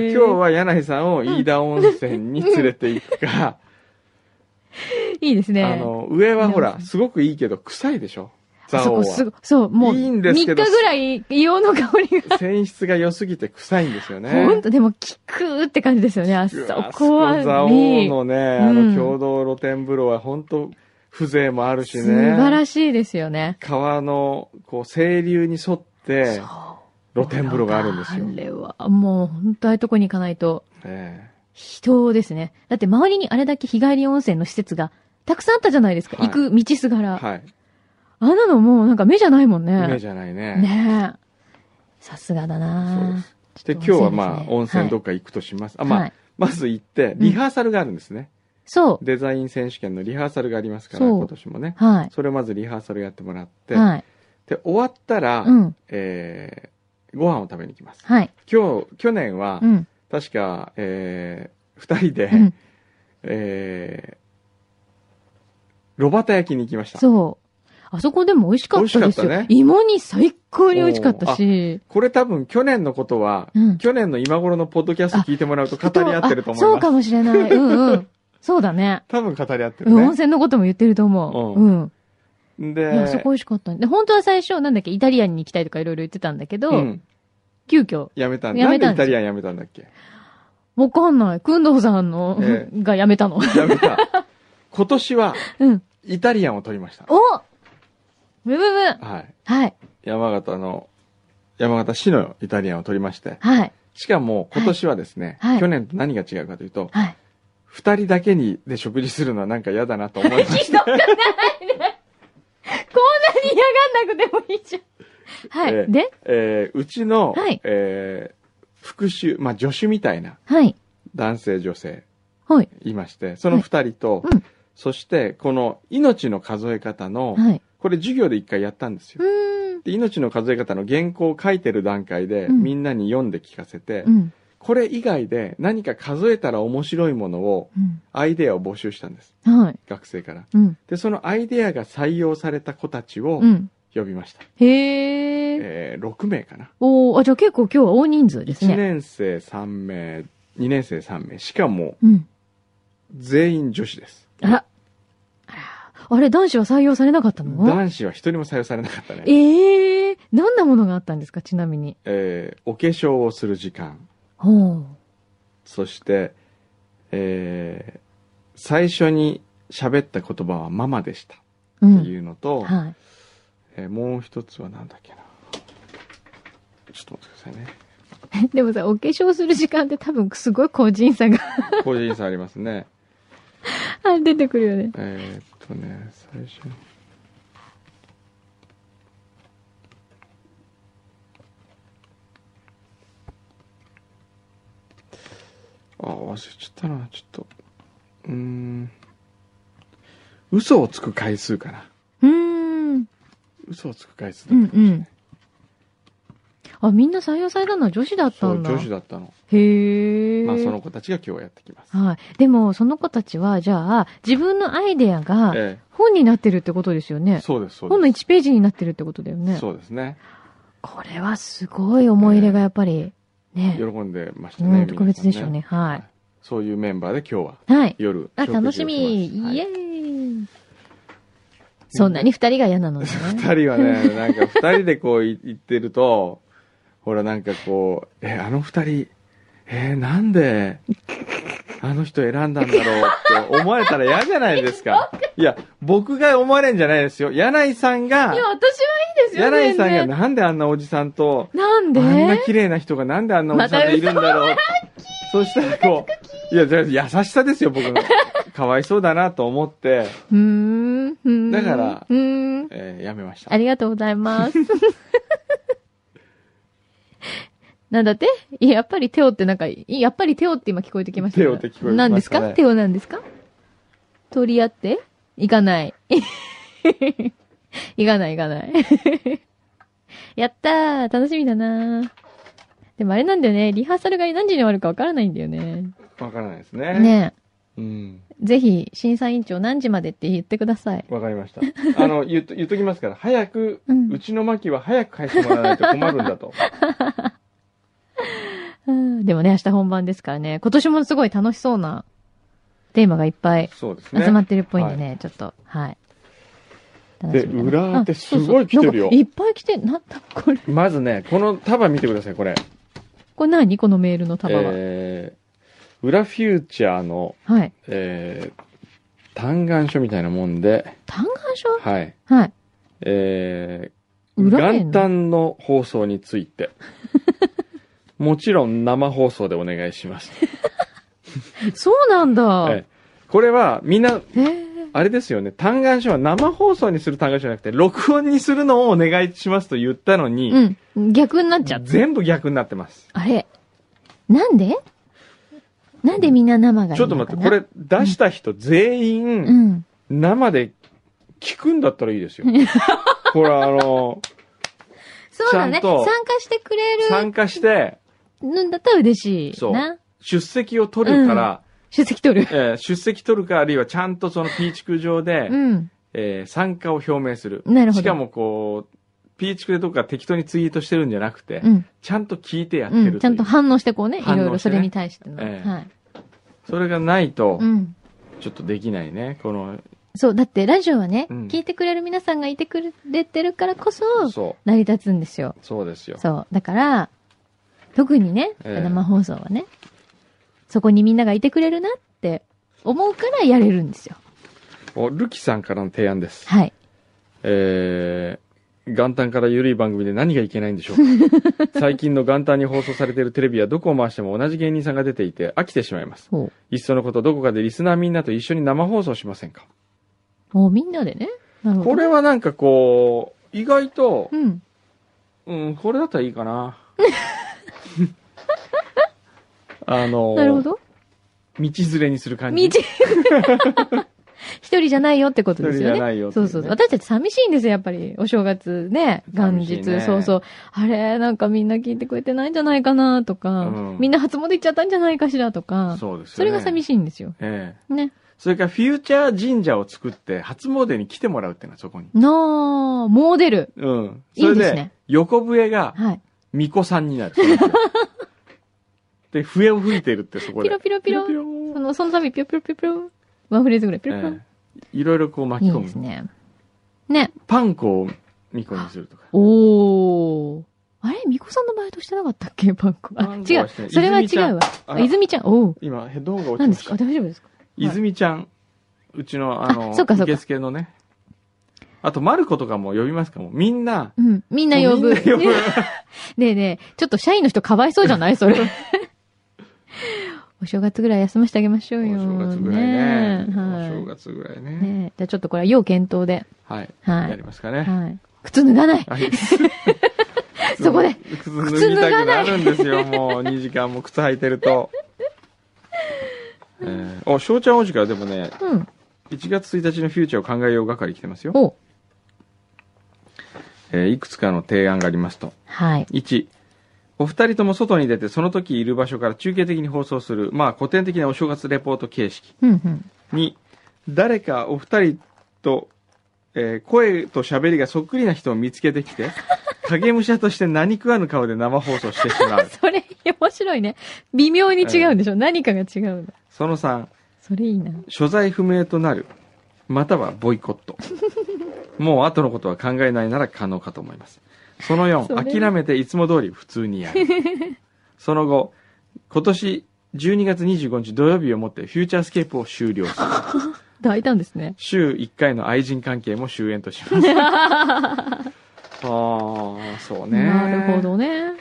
[SPEAKER 1] 今日は柳井さんを飯田温泉に連れて行くか、
[SPEAKER 2] へーいいです *laughs* ね。
[SPEAKER 1] あの、上はほ
[SPEAKER 2] で
[SPEAKER 1] ら、
[SPEAKER 2] も
[SPEAKER 1] すごくいいけど、臭いでしょ
[SPEAKER 2] あ
[SPEAKER 1] 蔵
[SPEAKER 2] そ
[SPEAKER 1] 王
[SPEAKER 2] こす
[SPEAKER 1] は。
[SPEAKER 2] ごそう、もう、
[SPEAKER 1] いいん
[SPEAKER 2] 3
[SPEAKER 1] で
[SPEAKER 2] 日
[SPEAKER 1] すけ
[SPEAKER 2] ぐ
[SPEAKER 1] ど
[SPEAKER 2] らい硫黄の香りが。
[SPEAKER 1] 泉質が良すぎて臭いんですよね。
[SPEAKER 2] ほんと、でも、効くって感じですよね。あそう
[SPEAKER 1] わ
[SPEAKER 2] こは
[SPEAKER 1] スコザオ
[SPEAKER 2] ね、
[SPEAKER 1] のね、あ
[SPEAKER 2] う
[SPEAKER 1] の
[SPEAKER 2] ん
[SPEAKER 1] 共同露天風呂は本当風情もあるしね。
[SPEAKER 2] 素晴らしいですよね。
[SPEAKER 1] 川の、こう、清流に沿って
[SPEAKER 2] そう、
[SPEAKER 1] 露天風呂があるんですよ。
[SPEAKER 2] あれは、もう、本当ああいうとこに行かないと、
[SPEAKER 1] え
[SPEAKER 2] 人ですね。だって、周りにあれだけ日帰り温泉の施設が、たくさんあったじゃないですか。
[SPEAKER 1] はい
[SPEAKER 2] 行く道すが
[SPEAKER 1] え
[SPEAKER 2] ら。
[SPEAKER 1] はい。
[SPEAKER 2] あんなのもう、なんか目じゃないもんね。
[SPEAKER 1] 夢じゃないね。
[SPEAKER 2] ねえ。さすがだ
[SPEAKER 1] そうで
[SPEAKER 2] な
[SPEAKER 1] す。で、今日はまあ、温泉どっ
[SPEAKER 2] こ
[SPEAKER 1] か行くとします。あ、
[SPEAKER 2] か
[SPEAKER 1] ま
[SPEAKER 2] は
[SPEAKER 1] あ
[SPEAKER 2] い、
[SPEAKER 1] まず行って、
[SPEAKER 2] ん
[SPEAKER 1] リハーサルがあるんですね。
[SPEAKER 2] そう。
[SPEAKER 1] デザイン選手権のリハーサルがありますから、
[SPEAKER 2] そう
[SPEAKER 1] 今年もね。
[SPEAKER 2] は
[SPEAKER 1] それをまずリハーサルやってもらっ
[SPEAKER 2] い。
[SPEAKER 1] て、
[SPEAKER 2] はい。
[SPEAKER 1] で、終わったら、
[SPEAKER 2] うん。
[SPEAKER 1] えーご飯を食べに行きます。
[SPEAKER 2] はい。
[SPEAKER 1] 今日、去年は、
[SPEAKER 2] うん。
[SPEAKER 1] 確か、えー二人で、
[SPEAKER 2] うん。
[SPEAKER 1] えー炉端焼きに行きました。
[SPEAKER 2] そう。あそこでも美味しかったですよ。
[SPEAKER 1] 美味しかったね
[SPEAKER 2] 芋に最高に美味しかったし。
[SPEAKER 1] これ多分去年のことは、
[SPEAKER 2] うん。
[SPEAKER 1] 去年の今頃のポッドキャスト聞いてもらうと語り合ってると思い
[SPEAKER 2] あそう
[SPEAKER 1] ます。
[SPEAKER 2] かもしれない。うん
[SPEAKER 1] *laughs*
[SPEAKER 2] うん。そうだね。
[SPEAKER 1] 多分語り合って
[SPEAKER 2] うん、温
[SPEAKER 1] る
[SPEAKER 2] 泉のことも言ってると思う。
[SPEAKER 1] う
[SPEAKER 2] うん。
[SPEAKER 1] ね。
[SPEAKER 2] いや、あそ
[SPEAKER 1] で
[SPEAKER 2] こ、美味しかった。で、本当は最初、なんだっけ、イタリアンに行きたいとかいろいろ言ってたんだけど、
[SPEAKER 1] うん、
[SPEAKER 2] 急遽、
[SPEAKER 1] やめたん
[SPEAKER 2] やめた
[SPEAKER 1] なんん
[SPEAKER 2] です
[SPEAKER 1] でイタ
[SPEAKER 2] よ
[SPEAKER 1] リアンやめたんだっけ
[SPEAKER 2] わかんない。くんどうさんの、
[SPEAKER 1] え
[SPEAKER 2] がや
[SPEAKER 1] *laughs*
[SPEAKER 2] めたの。
[SPEAKER 1] やめた。
[SPEAKER 2] *laughs*
[SPEAKER 1] 今年は
[SPEAKER 2] うん。
[SPEAKER 1] イタリアンを取りました。
[SPEAKER 2] おブブブ
[SPEAKER 1] はい。
[SPEAKER 2] はい。
[SPEAKER 1] 山形の、山形市のイタリアンを取りまして、
[SPEAKER 2] はい。
[SPEAKER 1] しかも今年はですね、
[SPEAKER 2] はいはい
[SPEAKER 1] 去年と何が違うかというと、
[SPEAKER 2] はい。
[SPEAKER 1] 二人だけにで食事するのはなんか嫌だなと思いまし
[SPEAKER 2] *laughs* ひど
[SPEAKER 1] た。
[SPEAKER 2] くないね。こんなに嫌がんなくてもいいじゃん。はい。
[SPEAKER 1] ええ
[SPEAKER 2] で
[SPEAKER 1] えーうちの、
[SPEAKER 2] はい
[SPEAKER 1] えー復讐、まあ助手みたいな
[SPEAKER 2] はい。
[SPEAKER 1] 男性女性
[SPEAKER 2] はい。
[SPEAKER 1] いまして、その二人と、
[SPEAKER 2] はいうん
[SPEAKER 1] そしてこの命の数え方の、
[SPEAKER 2] はい。
[SPEAKER 1] これ授業で一回やったんですよ
[SPEAKER 2] う。ーん。
[SPEAKER 1] で命の数え方の原稿を書いてる段階で、
[SPEAKER 2] うん
[SPEAKER 1] みんなに読んで聞かせて、
[SPEAKER 2] うん。
[SPEAKER 1] これ以外で何か数えたら面白いものを、アイデアを募集したんです。
[SPEAKER 2] うん。はい。
[SPEAKER 1] 学生から。
[SPEAKER 2] うん。
[SPEAKER 1] で、そのアイデアが採用された子たちを
[SPEAKER 2] うん。
[SPEAKER 1] 呼びました。
[SPEAKER 2] へえ。
[SPEAKER 1] えー、6名かな。
[SPEAKER 2] おーあ、じゃあ結構今日は大人数です
[SPEAKER 1] 1
[SPEAKER 2] ね。
[SPEAKER 1] 年生3名、2年生3名。しかも、
[SPEAKER 2] うん。
[SPEAKER 1] 全員女子です。
[SPEAKER 2] あら。あらあれ、男子は採用されなかったの
[SPEAKER 1] 男子は一人も採用されなかったね。
[SPEAKER 2] ええー。どんなものがあったんですか、ちなみに。
[SPEAKER 1] えー、お化粧をする時間。
[SPEAKER 2] ほう。
[SPEAKER 1] そして、えー、最初に喋った言葉はママでした。
[SPEAKER 2] う
[SPEAKER 1] って
[SPEAKER 2] ん。
[SPEAKER 1] いうのと、
[SPEAKER 2] はい。 *laughs*
[SPEAKER 1] えーもう一つはなんだっけな。ちょっと待ってくださいね。
[SPEAKER 2] でもさ、お化粧する時間って多分すごい個人差が *laughs*
[SPEAKER 1] 個人差ありますね。 *laughs*
[SPEAKER 2] 出てくるよね。
[SPEAKER 1] えーっと、とね、最初。あ、忘れちゃったな、ちょっと。うーん。嘘をつく回数かな。
[SPEAKER 2] うーん。
[SPEAKER 1] 嘘をつく回数だったかもしれない。
[SPEAKER 2] あ、みんな採用されたのは女子だった
[SPEAKER 1] そう、
[SPEAKER 2] んだ。
[SPEAKER 1] 女子だったの。
[SPEAKER 2] へえ。
[SPEAKER 1] まあ、その子たちが今日やってきます。
[SPEAKER 2] はい。でも、その子たちは、じゃあ、自分のアイデアが
[SPEAKER 1] え
[SPEAKER 2] 本になってるってことですよ
[SPEAKER 1] え、
[SPEAKER 2] ね。
[SPEAKER 1] そうです、そう
[SPEAKER 2] 本の
[SPEAKER 1] で
[SPEAKER 2] 1ページになってるってことだよね
[SPEAKER 1] す。。そうですね。
[SPEAKER 2] これはすごい思い入れがやっぱり、ね
[SPEAKER 1] 喜。んでました
[SPEAKER 2] う
[SPEAKER 1] ね。
[SPEAKER 2] ん、
[SPEAKER 1] 皆さん
[SPEAKER 2] 特別でしょうね。。は。
[SPEAKER 1] そういうメンバーで今日はい
[SPEAKER 2] はい。
[SPEAKER 1] 夜。
[SPEAKER 2] あ、
[SPEAKER 1] 食事を
[SPEAKER 2] 楽しみ。
[SPEAKER 1] します
[SPEAKER 2] イエーイ。そんなに二人が嫌なのね。
[SPEAKER 1] *laughs* *laughs* 二人は
[SPEAKER 2] *laughs*
[SPEAKER 1] ね、なんか二人でこうい言ってると、ほらなんかこう、え、あの二人、えーなんで、あの人選んだんだろうって思われたら嫌じゃないです
[SPEAKER 2] *laughs*
[SPEAKER 1] か。いや、僕が思われんじゃないですよ。柳井さんが
[SPEAKER 2] い、や、私はいいですよ、
[SPEAKER 1] 柳井
[SPEAKER 2] 全
[SPEAKER 1] さんが
[SPEAKER 2] 然。
[SPEAKER 1] なんであんなおじさんと、
[SPEAKER 2] なんで
[SPEAKER 1] あんな綺麗な人がなんであんなおじさんといるんだ
[SPEAKER 2] *laughs*
[SPEAKER 1] ろう。そしたらこう、いや、じゃあ優しさですよ、僕の。かわいそうだなと思って、
[SPEAKER 2] うーん、うーん。
[SPEAKER 1] だから
[SPEAKER 2] うーん。
[SPEAKER 1] えーやめました
[SPEAKER 2] あ。りがとうござ
[SPEAKER 1] *laughs*
[SPEAKER 2] います。なんだってやっぱりテオってなんか、いやっぱりテオって今聞こえてきましたね
[SPEAKER 1] テオって聞こえてきましたね
[SPEAKER 2] 何ですかテオなんですか取り合って行かない。 *laughs* 行かない行かない。 *laughs* やったー楽しみだなーでもあれなんだよね、リハーサルが何時に終わるかわからないんだよね。
[SPEAKER 1] わからないですね。
[SPEAKER 2] ね
[SPEAKER 1] うん。
[SPEAKER 2] え、ぜひ審査委員長何時までって言ってください。
[SPEAKER 1] わかりました。あの、言っと、言っときますから、早く、
[SPEAKER 2] う
[SPEAKER 1] うんちのマキは早く返してもらわないと困るんだ
[SPEAKER 2] *laughs*
[SPEAKER 1] と。
[SPEAKER 2] うんでもね、明日本番ですからね、今年もすごい楽しそうなテーマがいっぱい
[SPEAKER 1] そうですね。
[SPEAKER 2] 集まってるっぽいんでね、ちょっと、はい。
[SPEAKER 1] で
[SPEAKER 2] 楽しみだな
[SPEAKER 1] 裏手
[SPEAKER 2] あそうそう
[SPEAKER 1] すごい来てるよ
[SPEAKER 2] なんかいっぱい来て、なんだこれ。
[SPEAKER 1] まずね、この束見てください、これ。
[SPEAKER 2] これ何このメールの束は。
[SPEAKER 1] えー、裏フューチャーの、
[SPEAKER 2] はい。
[SPEAKER 1] えー、嘆願書みたいなもんで、
[SPEAKER 2] 単眼書
[SPEAKER 1] はい。
[SPEAKER 2] はい。
[SPEAKER 1] えー、
[SPEAKER 2] 裏
[SPEAKER 1] 元
[SPEAKER 2] 面の
[SPEAKER 1] 旦の放送につい
[SPEAKER 2] *laughs*
[SPEAKER 1] て。もちろん生放送でお願いします。
[SPEAKER 2] そうなんだ。
[SPEAKER 1] ええこれはみんな
[SPEAKER 2] へえ。
[SPEAKER 1] あれですよね、嘆願書は生放送にする嘆願書じゃなくて、録音にするのをお願いしますと言ったのに、
[SPEAKER 2] うん。逆になっちゃった。
[SPEAKER 1] 全部逆になってます。
[SPEAKER 2] あれなんでなんでみんな生がいい
[SPEAKER 1] ちょっと
[SPEAKER 2] の
[SPEAKER 1] 待
[SPEAKER 2] か
[SPEAKER 1] っ
[SPEAKER 2] な
[SPEAKER 1] て、こ。れ出した人全
[SPEAKER 2] う
[SPEAKER 1] 員、
[SPEAKER 2] ん。
[SPEAKER 1] 生で聞くんだったらいい
[SPEAKER 2] *laughs*
[SPEAKER 1] ですよ。これあの、
[SPEAKER 2] そうだね。
[SPEAKER 1] ちゃんと
[SPEAKER 2] 参加してくれる
[SPEAKER 1] 参加して、
[SPEAKER 2] んだったら嬉しい
[SPEAKER 1] そう
[SPEAKER 2] な。
[SPEAKER 1] 出席を取るから、
[SPEAKER 2] 出席取る。
[SPEAKER 1] えー出席取るか、あるいはちゃんとそのピーチク上で、
[SPEAKER 2] うん。
[SPEAKER 1] えー参加を表明する。
[SPEAKER 2] なるほど
[SPEAKER 1] しかもこう、ピーチクでどっか適当にツイートしてるんじゃなくて、
[SPEAKER 2] うん。
[SPEAKER 1] ちゃんと聞いてやってると
[SPEAKER 2] う、
[SPEAKER 1] いうん
[SPEAKER 2] ちゃんと反応してこうね、い
[SPEAKER 1] 反応してね
[SPEAKER 2] ろいろそれに対しての。
[SPEAKER 1] ええ
[SPEAKER 2] はい。
[SPEAKER 1] それがないと、
[SPEAKER 2] うん。
[SPEAKER 1] ちょっとできないね。この、
[SPEAKER 2] そう、だってラジオはね、
[SPEAKER 1] うん
[SPEAKER 2] 聞いてくれる皆さんがいてくれてるからこそ、
[SPEAKER 1] そ
[SPEAKER 2] 成り立つんですよ
[SPEAKER 1] う。。そうですよ。
[SPEAKER 2] そう。だから、特にね、
[SPEAKER 1] ええ
[SPEAKER 2] 生放送はね、そこにみんながいてくれるなって思うからやれるんですよ。
[SPEAKER 1] お、ルキさんからの提案です。
[SPEAKER 2] はい。
[SPEAKER 1] えー、元旦から緩い番組で何がいけないんでしょうか。
[SPEAKER 2] *laughs*
[SPEAKER 1] 最近の元旦に放送されているテレビはどこを回しても同じ芸人さんが出ていて飽きてしまいます。
[SPEAKER 2] そう。
[SPEAKER 1] いっそのことどこかでリスナーみんなと一緒に生放送しませんか。
[SPEAKER 2] もうみんなでね。なるほど。
[SPEAKER 1] これはなんかこう、意外と
[SPEAKER 2] う、ん。
[SPEAKER 1] うん、これだったらいいかな。あの、
[SPEAKER 2] なるほ
[SPEAKER 1] 道
[SPEAKER 2] ど。
[SPEAKER 1] 連れにする
[SPEAKER 2] 道。
[SPEAKER 1] 感
[SPEAKER 2] *laughs*
[SPEAKER 1] じ。
[SPEAKER 2] 一人じゃないよってことですよ
[SPEAKER 1] 一人
[SPEAKER 2] ね。
[SPEAKER 1] じゃないよって
[SPEAKER 2] そ
[SPEAKER 1] いう
[SPEAKER 2] う
[SPEAKER 1] ね
[SPEAKER 2] そうそう。私たち寂しいんですよ、やっぱり。お正月ね、元
[SPEAKER 1] 寂しいね
[SPEAKER 2] 日、そうそう。あれ、なんかみんな聞いてくれてないんじゃないかなとか、
[SPEAKER 1] うん
[SPEAKER 2] みんな初詣行っちゃったんじゃないかしらとか、そ,、
[SPEAKER 1] そうですよね。
[SPEAKER 2] れが寂
[SPEAKER 1] い。
[SPEAKER 2] しいんですよ。
[SPEAKER 1] ええ
[SPEAKER 2] ね。
[SPEAKER 1] それからフューチャー神社を作って初詣に来てもらうっていうのはそこに。
[SPEAKER 2] なあ、もう出る。
[SPEAKER 1] うん。
[SPEAKER 2] い
[SPEAKER 1] それ
[SPEAKER 2] いですね
[SPEAKER 1] で、横笛が
[SPEAKER 2] はい。
[SPEAKER 1] 巫女さんになる。その人で、笛を吹いてるってそこ
[SPEAKER 2] ピ
[SPEAKER 1] で。
[SPEAKER 2] ロピロピロ。
[SPEAKER 1] ピロ
[SPEAKER 2] その、その度、ピロピロピロピロ。ワンフレーズぐらい、ピロピロ。
[SPEAKER 1] ええいろいろこう巻き
[SPEAKER 2] い
[SPEAKER 1] 込
[SPEAKER 2] い
[SPEAKER 1] む。
[SPEAKER 2] ですね。ね。
[SPEAKER 1] パン粉を巫女にするとか。
[SPEAKER 2] おー。あれミコさんのバイトしてなかったっけパンコ。
[SPEAKER 1] パ
[SPEAKER 2] あ、
[SPEAKER 1] ンコ
[SPEAKER 2] 違
[SPEAKER 1] は
[SPEAKER 2] う
[SPEAKER 1] してな。い
[SPEAKER 2] それは違
[SPEAKER 1] 泉ちゃん
[SPEAKER 2] うわ。
[SPEAKER 1] あ
[SPEAKER 2] あ
[SPEAKER 1] ら
[SPEAKER 2] 泉ちゃん、おう。
[SPEAKER 1] 今、ヘッドホンが落ち
[SPEAKER 2] 何
[SPEAKER 1] ま
[SPEAKER 2] です
[SPEAKER 1] し
[SPEAKER 2] か
[SPEAKER 1] た
[SPEAKER 2] あ。大丈夫ですか
[SPEAKER 1] 泉ちゃん、うちのあの、
[SPEAKER 2] あそうかそうか
[SPEAKER 1] 受付のね。あと、マルコとかも呼びますかもう。みんな、
[SPEAKER 2] うん。みんな呼ぶ。
[SPEAKER 1] みん
[SPEAKER 2] *laughs*
[SPEAKER 1] な呼ぶ
[SPEAKER 2] ねえねえ、ちょっと社員の人かわいそうじゃないそれ。 *laughs* お正月ぐらい休ませてあげましょ
[SPEAKER 1] お
[SPEAKER 2] うよ。
[SPEAKER 1] 正月ぐらいね。
[SPEAKER 2] えはい。
[SPEAKER 1] お正月ぐらいね。
[SPEAKER 2] ねえじゃあちょっとこれは要検討で。
[SPEAKER 1] はい。
[SPEAKER 2] はい
[SPEAKER 1] やりますかね。
[SPEAKER 2] はい。靴脱がない
[SPEAKER 1] はい。
[SPEAKER 2] *laughs* そこで。
[SPEAKER 1] 靴脱ぎたくなるんですよ。もう2時間も靴履いてると。えー、お、翔ちゃん王子からでもね、
[SPEAKER 2] うん。
[SPEAKER 1] 1月1日のフューチャーを考えよう係来てますよ。
[SPEAKER 2] お
[SPEAKER 1] えーいくつかの提案がありますと。
[SPEAKER 2] はい。
[SPEAKER 1] 1、お二人とも外に出てその時いる場所から中継的に放送する、まあ古典的なお正月レポート形式。
[SPEAKER 2] うんうん。。
[SPEAKER 1] 2、誰かお二人と、えー声と喋りがそっくりな人を見つけてきて、影武者として何食わぬ顔で生放送してしまう
[SPEAKER 2] それ、面白いね。微妙に違うんでしょ、何かが違うの。
[SPEAKER 1] その3、
[SPEAKER 2] それいいな。
[SPEAKER 1] 所在不明となる、またはボイコッ
[SPEAKER 2] *laughs*
[SPEAKER 1] ト。もう後のことは考えないなら可能かと思います。その
[SPEAKER 2] そ
[SPEAKER 1] 4、
[SPEAKER 2] れ
[SPEAKER 1] 諦めていつも通り普通にや
[SPEAKER 2] *laughs*
[SPEAKER 1] る。その後、今年12月25日土曜日をもってフューチャースケープを終了する。
[SPEAKER 2] 大胆ですね。
[SPEAKER 1] 週1回の愛人関係も終焉とし
[SPEAKER 2] *laughs*
[SPEAKER 1] ます。ああ、そうね。
[SPEAKER 2] なるほ。どね。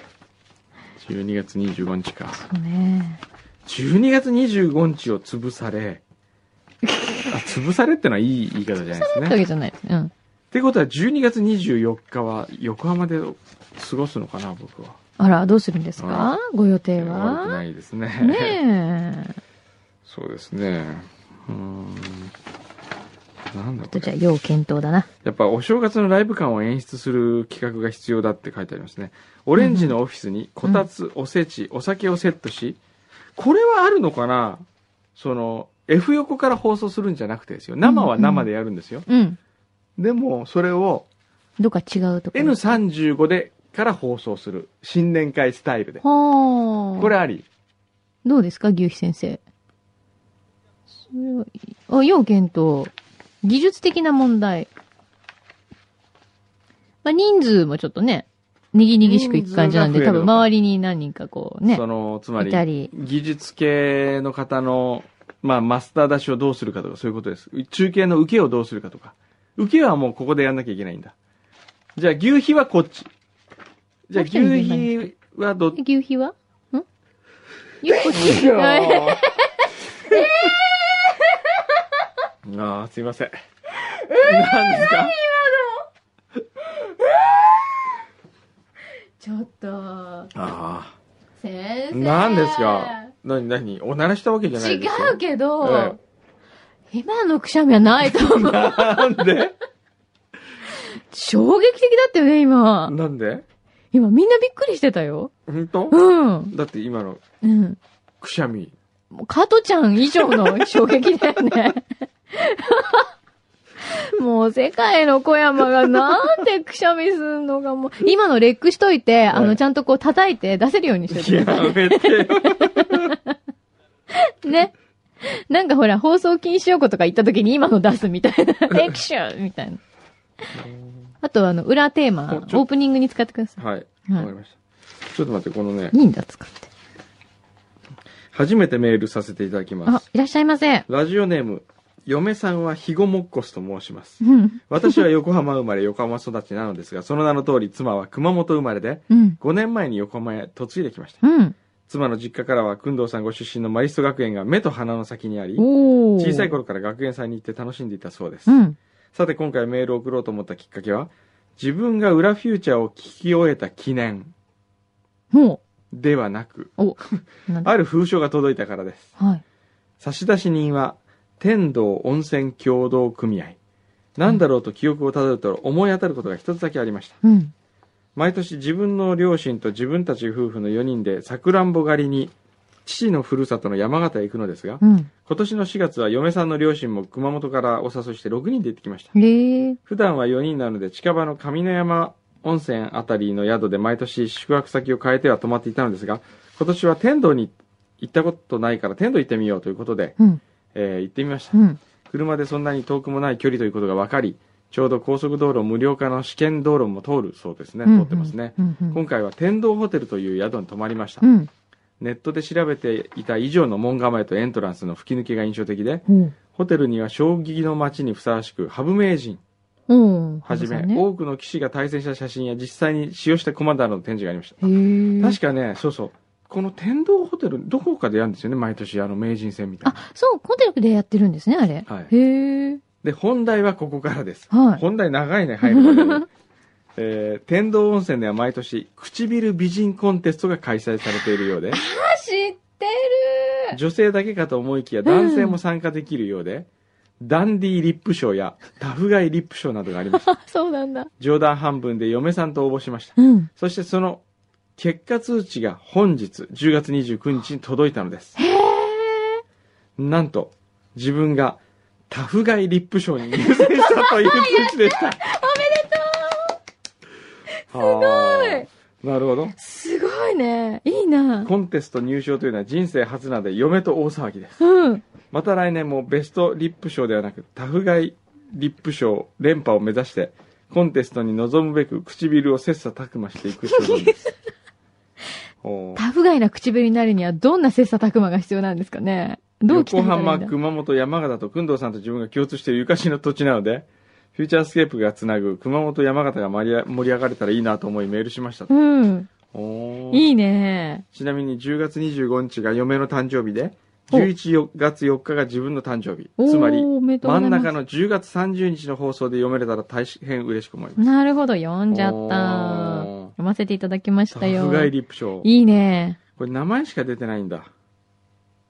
[SPEAKER 1] 12月25日か。
[SPEAKER 2] そうね。
[SPEAKER 1] 12月25日を潰され、あ潰されってのはいい言い方じゃないです
[SPEAKER 2] *laughs*
[SPEAKER 1] ね
[SPEAKER 2] って。わけじゃないです。うん。
[SPEAKER 1] ってことは12月24日は横浜で過ごすのかな僕は
[SPEAKER 2] あら、どうするんですかご予定
[SPEAKER 1] 悪く
[SPEAKER 2] は
[SPEAKER 1] ないですね
[SPEAKER 2] ねえ。
[SPEAKER 1] *laughs* そうですねうーんなんだ
[SPEAKER 2] ちょっ
[SPEAKER 1] こ
[SPEAKER 2] とじゃあ
[SPEAKER 1] れ
[SPEAKER 2] 要検討だな。
[SPEAKER 1] やっぱお正月のライブ感を演出する企画が必要だって書いてありますねオレンジのオフィスにこたつ、おせちお酒をセットしこれはあるのかなその F 横から放送するんじゃなくてですよ生は生でやるんですよ、
[SPEAKER 2] うん。
[SPEAKER 1] でもそれを
[SPEAKER 2] どっか違うところ。
[SPEAKER 1] N35 でから放送する新年会スタイルで
[SPEAKER 2] はあ。
[SPEAKER 1] これあり
[SPEAKER 2] どうですか、牛皮先生。それはいいあ、要件と、技術的な問題。まあ、人数もちょっとね、にぎにぎしくいく感じなんで、
[SPEAKER 1] 人数が増える
[SPEAKER 2] 多
[SPEAKER 1] の
[SPEAKER 2] 分
[SPEAKER 1] か
[SPEAKER 2] 周りに何人かこうね
[SPEAKER 1] そ、のつま
[SPEAKER 2] いた
[SPEAKER 1] り
[SPEAKER 2] り。
[SPEAKER 1] 技術系の方の、まあ、マスター出しをどうするかとかそういうことです中継の受けをどうするかとか受けはもうここでやんなきゃいけないんだじゃあ牛皮はこっちじゃあ
[SPEAKER 2] もう一人
[SPEAKER 1] 牛
[SPEAKER 2] 現場に
[SPEAKER 1] 皮はどっち
[SPEAKER 2] え牛皮はんゆっこち。はい
[SPEAKER 1] あ *laughs* あーすいません何ですか
[SPEAKER 2] *laughs* ちょっと、
[SPEAKER 1] あ
[SPEAKER 2] 先
[SPEAKER 1] あ
[SPEAKER 2] 生。
[SPEAKER 1] 何ですか何何おならしたわけじゃないですよ
[SPEAKER 2] 違うけど
[SPEAKER 1] え、
[SPEAKER 2] 今のくしゃみはないと
[SPEAKER 1] *laughs*
[SPEAKER 2] 思う。
[SPEAKER 1] なんで
[SPEAKER 2] 衝撃的だったよね、今。
[SPEAKER 1] なんで
[SPEAKER 2] 今みんなびっくりしてたよ。
[SPEAKER 1] 本当
[SPEAKER 2] うん。
[SPEAKER 1] だって今の
[SPEAKER 2] うん。
[SPEAKER 1] くしゃみ
[SPEAKER 2] もう加トちゃん以上の衝撃だよ
[SPEAKER 1] *laughs*
[SPEAKER 2] ね。もう世界の小山がなんでくしゃみすんのかもう。今のレックしといて、あの、ちゃんとこう叩いて出せるようにして
[SPEAKER 1] やめてよ。
[SPEAKER 2] て。ね。なんかほら、放送禁止用語とか言った時に今の出すみたいな。
[SPEAKER 1] *laughs*
[SPEAKER 2] レクションみたいな。あと、あの、裏テーマ、オ
[SPEAKER 1] おちょ
[SPEAKER 2] ープニングに使ってくださ
[SPEAKER 1] はい。
[SPEAKER 2] い。
[SPEAKER 1] わ
[SPEAKER 2] は
[SPEAKER 1] かりました。ちょっと待って、このね
[SPEAKER 2] い。、いいんだ、使って。
[SPEAKER 1] 初めてメールさせていただきま
[SPEAKER 2] あ
[SPEAKER 1] す。、
[SPEAKER 2] いらっしゃいませ。
[SPEAKER 1] ラジオネーム、嫁さんはひごもっこすと申します
[SPEAKER 2] う。ん。
[SPEAKER 1] 私は横浜生まれ、横浜育ちなのですが、その名の通り妻は熊本生まれで、
[SPEAKER 2] うん。
[SPEAKER 1] 5年前に横浜へ嫁いできました。
[SPEAKER 2] うん。
[SPEAKER 1] 妻の実家からは、工藤さんご出身のマリスト学園が目と鼻の先にあり、
[SPEAKER 2] おお。
[SPEAKER 1] 小さい頃から学園祭に行って楽しんでいたそうです
[SPEAKER 2] う。ん。
[SPEAKER 1] さて今回メールを送ろうと思ったきっかけは、自分が裏フューチャーを聞き終えた記念
[SPEAKER 2] も
[SPEAKER 1] ではなく、
[SPEAKER 2] う、お、なんだ
[SPEAKER 1] ある封書が届いたからです。
[SPEAKER 2] はい。
[SPEAKER 1] 差出人は、天童温泉協同組合。なんだろうと記憶をたどると思い当たることが一つだけありました。
[SPEAKER 2] うん。
[SPEAKER 1] 毎年自分の両親と自分たち夫婦の4人でさくらんぼ狩りに父のふるさとの山形へ行くのですが、
[SPEAKER 2] うん。
[SPEAKER 1] 今年の4月は嫁さんの両親も熊本からお誘いして6人で行ってきました。
[SPEAKER 2] れー。
[SPEAKER 1] 普段は4人なので近場の上野山温泉あたりの宿で毎年宿泊先を変えては泊まっていたのですが今年は天童に行ったことないから天童行ってみようということで、
[SPEAKER 2] うん。
[SPEAKER 1] えー行ってみました
[SPEAKER 2] うん。
[SPEAKER 1] 車でそんなに遠くもない距離ということが分かりちょうど高速道路無料化の試験道路も通るそうですね通ってますね、
[SPEAKER 2] うん。うん。
[SPEAKER 1] 今回は天童ホテルという宿に泊まりました、
[SPEAKER 2] うん。
[SPEAKER 1] ネットで調べていた以上の門構えとエントランスの吹き抜けが印象的で
[SPEAKER 2] うん。
[SPEAKER 1] ホテルには将棋の街にふさわしく羽生名人
[SPEAKER 2] うん。
[SPEAKER 1] はじめ、
[SPEAKER 2] ね、
[SPEAKER 1] 多くの騎士が対戦した写真や実際に使用したコマンダーの展示がありました。
[SPEAKER 2] へー。
[SPEAKER 1] 確かね、そうそう、この天童ホテル、どこかでやるんですよね、毎年、あの、名人戦みたい
[SPEAKER 2] あ
[SPEAKER 1] な。、
[SPEAKER 2] そう、コンテルでやってるんですね、あれ。
[SPEAKER 1] はい
[SPEAKER 2] へえ。
[SPEAKER 1] で、本題はここからです。
[SPEAKER 2] はい。
[SPEAKER 1] 本題長いね、入るまで
[SPEAKER 2] *laughs*
[SPEAKER 1] にえー天童温泉では毎年、唇美人コンテストが開催されているようで、
[SPEAKER 2] あ、知ってる
[SPEAKER 1] 女性だけかと思いきや男性も参加できるようで、ダンディーリップ賞やタフガイリップ賞などがありました。
[SPEAKER 2] *laughs* あ、そうなんだ。
[SPEAKER 1] 冗談半分で嫁さんと応募しました。
[SPEAKER 2] うん。
[SPEAKER 1] そしてその結果通知が本日10月29日に届いたのです。
[SPEAKER 2] へえ。
[SPEAKER 1] なんと自分がタフガイリップ賞に入選したという通知で *laughs* した。おめでとうすごいなるほど。
[SPEAKER 2] すごいね。いいな。
[SPEAKER 1] コンテスト入賞というのは人生初なので嫁と大騒ぎです。
[SPEAKER 2] うん。
[SPEAKER 1] また来年もベストリップ賞ではなくタフガイリップ賞連覇を目指してコンテストに臨むべく唇を切磋琢磨していく所存です。おー
[SPEAKER 2] タフガイな唇になるにはどんな切磋琢磨が必要なんですかね。どう鍛え
[SPEAKER 1] 横
[SPEAKER 2] たらいいんだ
[SPEAKER 1] 浜、熊本、山形と工藤さんと自分が共通しているゆかしの土地なので、フューチャースケープがつなぐ熊本、山形が盛りあ盛り上がれたらいいなと思いメールしましたと。
[SPEAKER 2] うん。
[SPEAKER 1] おー
[SPEAKER 2] いいね。
[SPEAKER 1] ちなみに10月25日が嫁の誕生日で、
[SPEAKER 2] お
[SPEAKER 1] 11月4日が自分の誕生日。
[SPEAKER 2] おー
[SPEAKER 1] つまり、
[SPEAKER 2] おめでとうご
[SPEAKER 1] 真
[SPEAKER 2] ざ
[SPEAKER 1] ん
[SPEAKER 2] います
[SPEAKER 1] 中の10月30日の放送で読めれたら大変嬉しく思います。
[SPEAKER 2] なるほど、読んじゃった。
[SPEAKER 1] おー
[SPEAKER 2] 読ませていただきまし
[SPEAKER 1] タ
[SPEAKER 2] たよ
[SPEAKER 1] フ。ガイリップ賞。
[SPEAKER 2] いいね。
[SPEAKER 1] これ名前しか出てないんだ。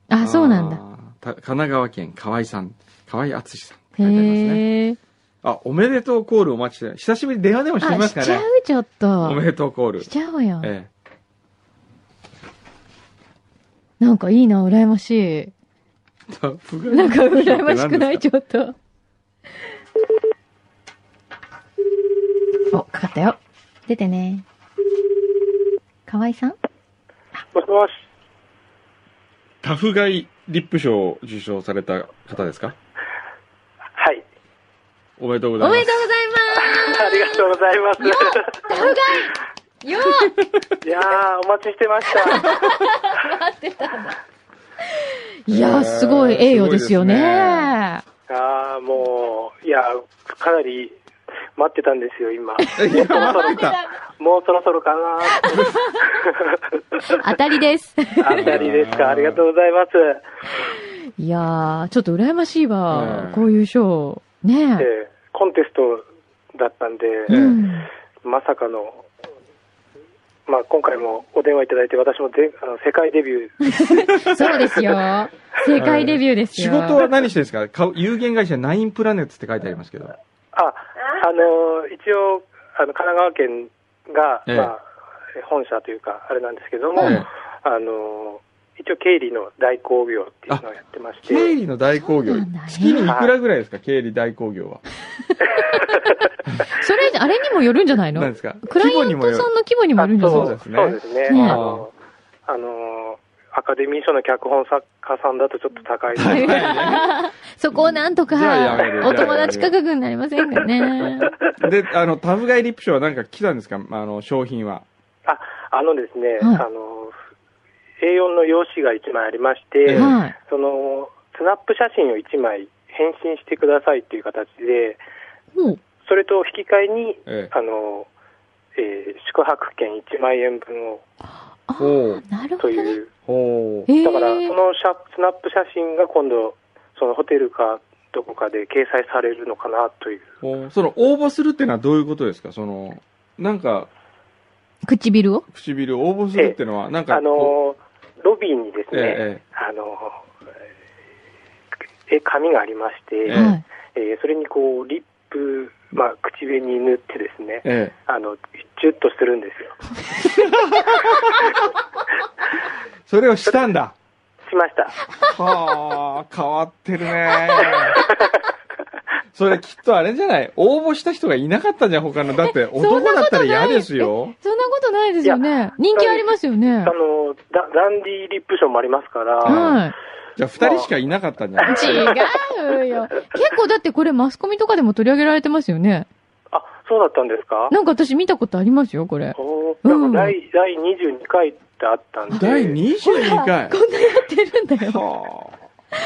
[SPEAKER 2] あ、そうなんだ。
[SPEAKER 1] あー。た神奈川県河合さん、河合敦さんって
[SPEAKER 2] へ
[SPEAKER 1] 書いてありますね。
[SPEAKER 2] え。
[SPEAKER 1] あ、おめでとうコールお待ちして、久しぶりに電話でもしてみ
[SPEAKER 2] あ、
[SPEAKER 1] ま
[SPEAKER 2] し
[SPEAKER 1] すか
[SPEAKER 2] ちゃ
[SPEAKER 1] ね
[SPEAKER 2] う。ちょっ
[SPEAKER 1] おめ
[SPEAKER 2] と。
[SPEAKER 1] でとうコール
[SPEAKER 2] し。ちゃおうよ。
[SPEAKER 1] え
[SPEAKER 2] なんかいいな、羨まし
[SPEAKER 1] え。タフガ
[SPEAKER 2] い。なんか羨ましくないいちょっと。お、かかったよ。出てね。河合さん
[SPEAKER 3] もしもし。
[SPEAKER 1] タフガイリップ賞を受賞された方ですか
[SPEAKER 3] はい。 *laughs*
[SPEAKER 1] おめでとうござ
[SPEAKER 2] お
[SPEAKER 1] いま
[SPEAKER 2] めですと。うございます
[SPEAKER 3] ありがとうございます。
[SPEAKER 2] タフガイよー
[SPEAKER 3] *laughs* いやー、お待ちしてました。
[SPEAKER 2] 待ってたんだ。いやー、すごい栄誉ですよ
[SPEAKER 1] すごい
[SPEAKER 2] ね
[SPEAKER 1] で。 *laughs*
[SPEAKER 3] あー、もう、いや、かなり待ってたんですよ、今。
[SPEAKER 1] *laughs* えいや、待ってた。
[SPEAKER 3] もうそろそろかな
[SPEAKER 1] *laughs*
[SPEAKER 2] 当たりです。
[SPEAKER 3] ーあたりですか。ありがとうございます。
[SPEAKER 2] いやー、ちょっと羨ましいわ
[SPEAKER 1] う。ん
[SPEAKER 2] こういう賞。ねえ。
[SPEAKER 3] えーコンテストだったんで、
[SPEAKER 1] え
[SPEAKER 2] うん。
[SPEAKER 3] まさかの、まあ、今回もお電話いただいて、私もであの世界デビュー、
[SPEAKER 2] そうですよ。世界デビューです
[SPEAKER 1] 仕
[SPEAKER 2] よ。
[SPEAKER 1] 事は何してるんですかか有限会社ナインプラネッツって書いてありますけど。
[SPEAKER 3] あ、あのー一応、あの神奈川県が、
[SPEAKER 1] ええ
[SPEAKER 3] まあ、本社というか、あれなんですけども、
[SPEAKER 1] ええ
[SPEAKER 3] あのー一応、経理の代行業っていうのをやってまして、
[SPEAKER 1] 経理の代行業
[SPEAKER 2] そうなんだね。
[SPEAKER 1] 月にいくらぐらいですか経理代行業は。
[SPEAKER 2] それ、あれにもよるんじゃないの
[SPEAKER 1] 何ですか
[SPEAKER 2] クライア
[SPEAKER 1] 規模に
[SPEAKER 2] ン
[SPEAKER 1] も
[SPEAKER 2] ト
[SPEAKER 1] よる
[SPEAKER 2] さんの規模にもよるんじゃ
[SPEAKER 3] あ
[SPEAKER 2] な
[SPEAKER 1] そ
[SPEAKER 2] いうの
[SPEAKER 1] ですね
[SPEAKER 3] そうですね。
[SPEAKER 2] ねえ
[SPEAKER 3] あのーあのーアカデミー賞の脚本作家さんだとちょっと高いです
[SPEAKER 1] 高いね
[SPEAKER 2] *laughs* そこをなんと
[SPEAKER 1] じゃあや
[SPEAKER 2] か
[SPEAKER 1] める、
[SPEAKER 2] お友達価格になりませんかね。
[SPEAKER 1] で、あの、タフガイリップ賞はなんか来たんですかあの、商品は。
[SPEAKER 3] あ、あのですね、
[SPEAKER 2] はい
[SPEAKER 3] あの、A4 の用紙が1枚ありまして、
[SPEAKER 1] ええ
[SPEAKER 2] はい。
[SPEAKER 3] その、スナップ写真を1枚返信してくださいっていう形で、
[SPEAKER 2] もう
[SPEAKER 3] それと引き換えに、
[SPEAKER 1] ええ
[SPEAKER 3] あの、えー宿泊券1万円分を
[SPEAKER 2] あ
[SPEAKER 1] ほう
[SPEAKER 2] ー、なるほ
[SPEAKER 3] と
[SPEAKER 2] どね。
[SPEAKER 3] いう、
[SPEAKER 1] ほう。
[SPEAKER 2] へ
[SPEAKER 3] だからそ
[SPEAKER 2] ー
[SPEAKER 3] の写スナップ写真が今度、そのホテルかどこかで掲載されるのかなという。
[SPEAKER 1] ほうその、応募するってのはどういうことですかその、なんか、
[SPEAKER 2] 唇を
[SPEAKER 1] 唇を応募するってのは、なんか、
[SPEAKER 3] あの、ロビーにです
[SPEAKER 1] ええ
[SPEAKER 3] ね、
[SPEAKER 1] ええ
[SPEAKER 3] あの、え紙がありまして、
[SPEAKER 1] ええ
[SPEAKER 2] はい。
[SPEAKER 3] えーそれにこうリップ、まあ、口紅塗ってですね、
[SPEAKER 1] え
[SPEAKER 3] あのチュッとするんですよ。
[SPEAKER 1] え、それをしたんだ。
[SPEAKER 3] しました。
[SPEAKER 1] はあ、変わってるね。それきっとあれじゃない応募した人がいなかったじゃん、他の。だって男だったら嫌ですよ。
[SPEAKER 2] そんなことないですよ
[SPEAKER 3] い
[SPEAKER 2] ね。人気ありますよ
[SPEAKER 3] あ
[SPEAKER 2] ね。
[SPEAKER 3] のダダンディリップションもありますから、
[SPEAKER 2] はい。
[SPEAKER 1] じゃあ二人しかいなかったんじゃない
[SPEAKER 2] 違うよ。結構だってこれマスコミとかでも取り上げられてますよね。
[SPEAKER 3] あそうだったんですか
[SPEAKER 2] なんか私見たことありますよ、これ。
[SPEAKER 3] おーなんか第,、第22回ってあったんで、
[SPEAKER 1] 第22回。
[SPEAKER 2] *laughs* こんなやってるんだよ。
[SPEAKER 1] は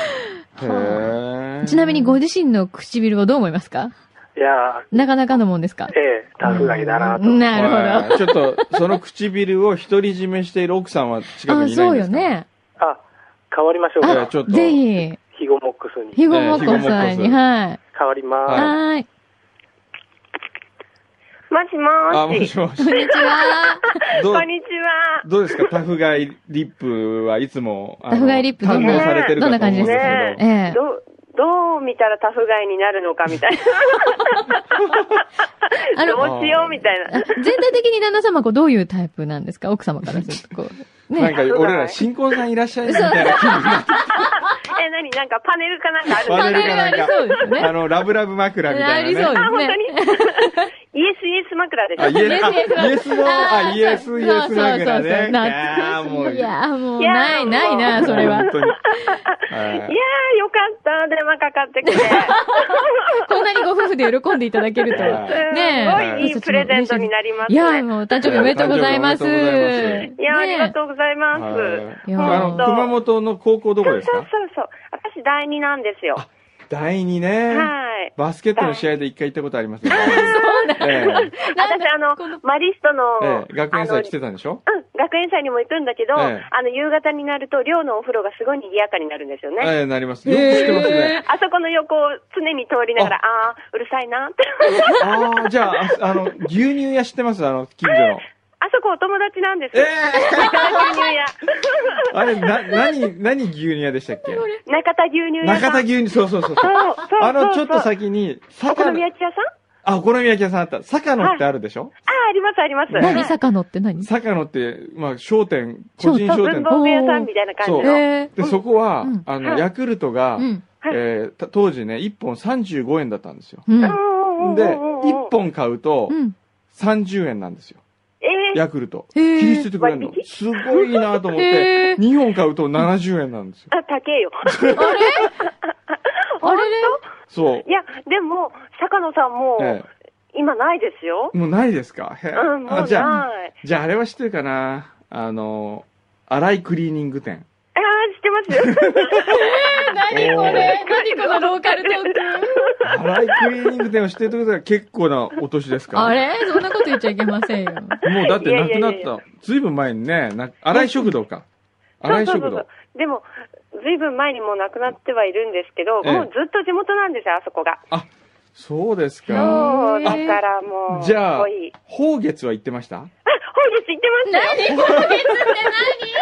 [SPEAKER 1] あ。へえ。
[SPEAKER 2] ちなみにご自身の唇はどう思いますか
[SPEAKER 3] いや
[SPEAKER 2] なかなかのもんですか
[SPEAKER 3] ー、ええ、タフガイだなと。
[SPEAKER 2] なるほど。
[SPEAKER 1] ほど。ちょっと、その唇を独り占めしている奥さんは近く
[SPEAKER 2] あ、
[SPEAKER 1] にいない
[SPEAKER 2] そ
[SPEAKER 1] ん
[SPEAKER 2] う
[SPEAKER 1] で
[SPEAKER 2] よ
[SPEAKER 1] すか。
[SPEAKER 2] ね。
[SPEAKER 3] あ、変わりましょう
[SPEAKER 1] じゃあ
[SPEAKER 3] か。
[SPEAKER 1] ちょっと
[SPEAKER 2] ぜひ、
[SPEAKER 3] ヒゴモックスに
[SPEAKER 2] ひごもっこさんに、
[SPEAKER 1] ね
[SPEAKER 2] はい。
[SPEAKER 3] 変わります。
[SPEAKER 2] はーい。
[SPEAKER 4] もしも
[SPEAKER 1] あ、も
[SPEAKER 4] ーし。
[SPEAKER 1] しもし
[SPEAKER 2] こん。にちは。
[SPEAKER 1] どう
[SPEAKER 4] こんにちは。
[SPEAKER 1] どうですかタフガイリップはいつも、あの
[SPEAKER 2] タフガイリップどん
[SPEAKER 1] 堪
[SPEAKER 2] な
[SPEAKER 1] 能されてるかと思うんですけど。
[SPEAKER 4] どんな感じです
[SPEAKER 2] ええ。
[SPEAKER 4] どう、どう見たらタフガイになるのかみたい
[SPEAKER 2] あ
[SPEAKER 4] な。
[SPEAKER 2] の、
[SPEAKER 4] どうしようみたい
[SPEAKER 2] あ
[SPEAKER 4] な。
[SPEAKER 2] 全体的に旦那様、こう、どういうタイプなんですか奥様からすると、こう。
[SPEAKER 1] なん
[SPEAKER 2] ね。
[SPEAKER 1] か俺ら新婚さんいらっしゃいみたいな気分にな
[SPEAKER 2] *laughs*
[SPEAKER 1] って
[SPEAKER 4] え、なになんかパネルかなんかある
[SPEAKER 1] パネル
[SPEAKER 2] が
[SPEAKER 1] かなん
[SPEAKER 2] ありそうです
[SPEAKER 1] か、
[SPEAKER 2] ね
[SPEAKER 1] あの、ラブラブ枕みた
[SPEAKER 2] あ
[SPEAKER 1] いな
[SPEAKER 2] り
[SPEAKER 1] ね。
[SPEAKER 2] そう
[SPEAKER 4] あ、本
[SPEAKER 2] で
[SPEAKER 4] 当にイエスイエス枕でし
[SPEAKER 1] あ、
[SPEAKER 4] ょ。
[SPEAKER 1] イエス、あイエスの、あ、
[SPEAKER 2] ー
[SPEAKER 1] イエス、イエス枕
[SPEAKER 2] そうそうそうそう
[SPEAKER 1] ね。
[SPEAKER 2] 懐
[SPEAKER 1] あーも
[SPEAKER 2] か
[SPEAKER 1] う
[SPEAKER 2] しい。いやーもう、
[SPEAKER 4] いやー
[SPEAKER 2] ないないな、それは
[SPEAKER 1] 本。当に。
[SPEAKER 4] いや
[SPEAKER 1] はい
[SPEAKER 4] ー、よかった。電話かかってきて。
[SPEAKER 2] こんなにご夫婦で喜んでいただ
[SPEAKER 4] *laughs*
[SPEAKER 2] けると
[SPEAKER 1] は。
[SPEAKER 4] うん
[SPEAKER 2] ねえ。
[SPEAKER 4] すごいいいプレゼントになります
[SPEAKER 2] い
[SPEAKER 4] ね。
[SPEAKER 2] やーもう、お誕生日おめでとうございます。
[SPEAKER 1] お誕生日おめで
[SPEAKER 4] いやー、ありが
[SPEAKER 2] う。
[SPEAKER 4] とうございます。
[SPEAKER 1] はい
[SPEAKER 2] いや
[SPEAKER 1] あの
[SPEAKER 2] 本当
[SPEAKER 1] 熊本の高校どこ
[SPEAKER 4] そう
[SPEAKER 1] です
[SPEAKER 4] そう
[SPEAKER 1] か
[SPEAKER 4] そう。私、第二なんですよ。
[SPEAKER 1] 第2ね。 *laughs*
[SPEAKER 4] はい。
[SPEAKER 1] バスケットの試合で一回行ったことありますね。ええ
[SPEAKER 4] 私、あの、マリストの
[SPEAKER 1] え、え学園祭来
[SPEAKER 4] あの
[SPEAKER 1] てたんでしょ
[SPEAKER 4] うん、学園祭にも行くんだけど、
[SPEAKER 1] ええ
[SPEAKER 4] あの、夕方になると、寮のお風呂がすごい賑やかになるんですよね。
[SPEAKER 1] ええ、なります。よく知ってますね。
[SPEAKER 4] あそこの横を常に通りながら、ああー、うるさいな
[SPEAKER 1] *laughs*
[SPEAKER 4] って。
[SPEAKER 1] ああ、じゃあ、ああの、牛乳屋知ってますあの、近所の。
[SPEAKER 4] あそこお友達なんです
[SPEAKER 1] ええ
[SPEAKER 4] よ。中田牛乳屋。
[SPEAKER 1] あれ、な、何、何牛乳屋でしたっ
[SPEAKER 2] *laughs*
[SPEAKER 1] け
[SPEAKER 4] 中田牛乳屋
[SPEAKER 1] 中
[SPEAKER 4] さ
[SPEAKER 1] 田
[SPEAKER 4] ん。
[SPEAKER 1] 牛乳、そうそうそうそう。
[SPEAKER 4] そうそうそう
[SPEAKER 1] あの、ちょっと
[SPEAKER 4] そう
[SPEAKER 1] 先に、
[SPEAKER 4] お好
[SPEAKER 1] 坂
[SPEAKER 4] み
[SPEAKER 1] 野、
[SPEAKER 4] 焼き屋さん
[SPEAKER 1] あ、お好み焼き屋さんあった。坂野ってあるでしょ
[SPEAKER 4] ああ、ありますあります。
[SPEAKER 2] 何、坂野って何
[SPEAKER 1] 坂野って、まあ、商店、個人
[SPEAKER 2] 商
[SPEAKER 1] 商
[SPEAKER 4] 文
[SPEAKER 1] 店。
[SPEAKER 4] 房具屋さんみたいな感じ
[SPEAKER 1] そう
[SPEAKER 4] の。
[SPEAKER 2] え
[SPEAKER 1] で、そこは
[SPEAKER 2] うん、
[SPEAKER 1] あ
[SPEAKER 4] は
[SPEAKER 1] の、
[SPEAKER 4] い
[SPEAKER 1] ヤクルトが
[SPEAKER 2] ー。う、ん。
[SPEAKER 4] はい
[SPEAKER 1] えーた当時ね、1本35円だったんですよ。
[SPEAKER 2] うん。
[SPEAKER 4] うんうんうんうん
[SPEAKER 1] で、1本買うと
[SPEAKER 2] う、ん。
[SPEAKER 1] 30円なんですよ。
[SPEAKER 4] ええ
[SPEAKER 1] ヤクルト。
[SPEAKER 2] へー
[SPEAKER 1] 切り捨ててくれるの
[SPEAKER 4] 割。
[SPEAKER 1] すごいなと思っ
[SPEAKER 2] へ
[SPEAKER 1] て、
[SPEAKER 2] ー
[SPEAKER 1] 2本買うと70円なんですよ。
[SPEAKER 4] あ、高えよ。 *laughs*
[SPEAKER 2] あれれ
[SPEAKER 1] そう
[SPEAKER 4] い。や、でも、坂野さんも、
[SPEAKER 1] え
[SPEAKER 4] 今ないですよ
[SPEAKER 1] え。もうないですかへえ
[SPEAKER 4] うん、もう
[SPEAKER 1] あじゃあ、
[SPEAKER 4] ない。
[SPEAKER 1] じゃああれは知ってるかなあの、荒いクリーニング店。
[SPEAKER 4] ああ、知ってます
[SPEAKER 1] *laughs*
[SPEAKER 4] よ。
[SPEAKER 2] 何これ何このローカルトーク
[SPEAKER 1] 荒いクリーニング店を知ってるってことは結構なお年ですか
[SPEAKER 2] あれそんなこと言っちゃいけませんよ。
[SPEAKER 1] もうだってなくない
[SPEAKER 4] やいや
[SPEAKER 1] っ
[SPEAKER 4] いや
[SPEAKER 1] た。ずいぶん前にね、な荒い食堂か。荒い
[SPEAKER 4] そう
[SPEAKER 1] 食
[SPEAKER 4] そうそう
[SPEAKER 1] 堂。
[SPEAKER 4] そう。でも、ずいぶん前にもう亡くなってはいるんですけど、
[SPEAKER 1] ええ
[SPEAKER 4] もうずっと地元なんですよ、あそこが。
[SPEAKER 1] そうですか。
[SPEAKER 4] そう、
[SPEAKER 2] へえ
[SPEAKER 4] だからもう、
[SPEAKER 1] じゃあ
[SPEAKER 4] すごい。
[SPEAKER 1] 宝月は行ってました
[SPEAKER 4] あ、宝月行ってましたよ。
[SPEAKER 2] 何これって
[SPEAKER 4] そ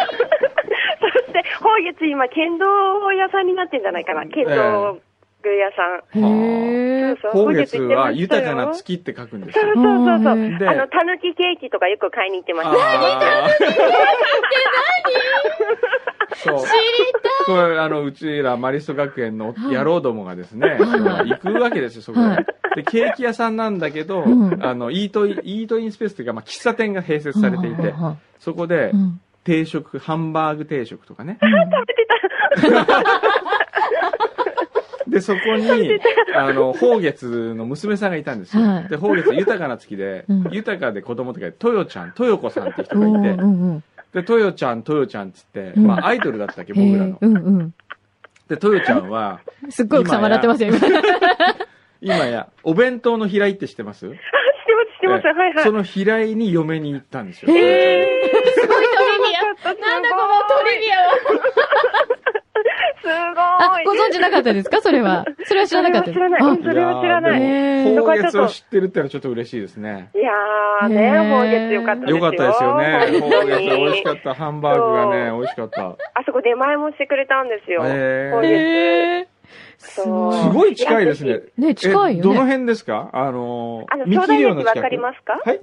[SPEAKER 4] して、宝月今、剣道屋さんになってんじゃないかな。剣道具屋さん。
[SPEAKER 2] 何へー
[SPEAKER 4] そうそう
[SPEAKER 1] 宝月は豊かな。
[SPEAKER 4] 宝
[SPEAKER 1] 月って書くんです
[SPEAKER 4] 月行
[SPEAKER 1] よ
[SPEAKER 4] って。ましたよ
[SPEAKER 1] え
[SPEAKER 2] へ
[SPEAKER 4] そうそうそうそう。あの、たぬきケーキとかよく買いに行ってました。
[SPEAKER 1] あーそう。これ、あの、うちらマリスト学園の野郎どもがですね、その行くわけですよ、そこ
[SPEAKER 2] はい
[SPEAKER 1] で。で、ケーキ屋さんなんだけど、
[SPEAKER 2] うん
[SPEAKER 1] あの、イートイン、イートインスペースというか、まあ、喫茶店が併設されていて、そこで
[SPEAKER 2] う、ん
[SPEAKER 1] 定食、ハンバーグ定食とかね。
[SPEAKER 4] 食べてた。
[SPEAKER 1] で、そこに、あの、宝月の娘さんがいたんですよ。
[SPEAKER 2] はい
[SPEAKER 1] で、宝月は豊かな月で、
[SPEAKER 2] うん
[SPEAKER 1] 豊かで子供とかで、とよちゃん、とよこさんって人
[SPEAKER 2] うんう
[SPEAKER 1] がい
[SPEAKER 2] ん
[SPEAKER 1] て、
[SPEAKER 2] うん
[SPEAKER 1] で、とよちゃん、とよちゃんっつって、
[SPEAKER 2] うん
[SPEAKER 1] まあ、アイドルだったっけ、
[SPEAKER 2] *laughs* へ
[SPEAKER 1] 僕ら
[SPEAKER 2] ー
[SPEAKER 1] の。
[SPEAKER 2] うんうん
[SPEAKER 1] で、とよちゃんは、
[SPEAKER 2] すっごい奥さん笑ってますよ、
[SPEAKER 1] 今
[SPEAKER 2] 今。
[SPEAKER 1] や、お弁当の平井って知ってます
[SPEAKER 4] してます、してます。はいはい。
[SPEAKER 1] その平井に嫁に行ったんですよ。
[SPEAKER 2] へーすごいトリビ
[SPEAKER 4] すごい
[SPEAKER 2] ア。なんだこのトリビアは。
[SPEAKER 4] すごい。
[SPEAKER 2] あ、ご存知なかったですかそれは。それは知らなかったです。
[SPEAKER 4] それは知らない
[SPEAKER 1] い
[SPEAKER 4] それは知らな
[SPEAKER 1] や
[SPEAKER 4] い
[SPEAKER 1] ーでも
[SPEAKER 4] そこはちょ
[SPEAKER 1] 宝
[SPEAKER 4] っと
[SPEAKER 1] 月を知ってるってのはちょっと嬉しいですね。
[SPEAKER 4] いやーね、
[SPEAKER 2] ねー
[SPEAKER 4] 宝月よかったですよ。
[SPEAKER 1] よかったですよね。宝月は美味しか
[SPEAKER 4] った。
[SPEAKER 1] った。ハンバーグがね、美味しかった。
[SPEAKER 4] あそこ出前もしてくれたんですよ。
[SPEAKER 1] へー
[SPEAKER 4] 宝
[SPEAKER 2] あ
[SPEAKER 4] 月
[SPEAKER 2] へーす
[SPEAKER 4] そう
[SPEAKER 1] す
[SPEAKER 2] ごい。
[SPEAKER 1] ごい近いですね。
[SPEAKER 2] ね、近い
[SPEAKER 1] え
[SPEAKER 2] よ
[SPEAKER 1] どの
[SPEAKER 2] ね。
[SPEAKER 1] 辺ですかあの
[SPEAKER 4] あの、
[SPEAKER 1] 密
[SPEAKER 4] 正代
[SPEAKER 1] 漁
[SPEAKER 4] 焼
[SPEAKER 1] の近
[SPEAKER 4] きわ
[SPEAKER 1] く
[SPEAKER 4] かりますか
[SPEAKER 1] はい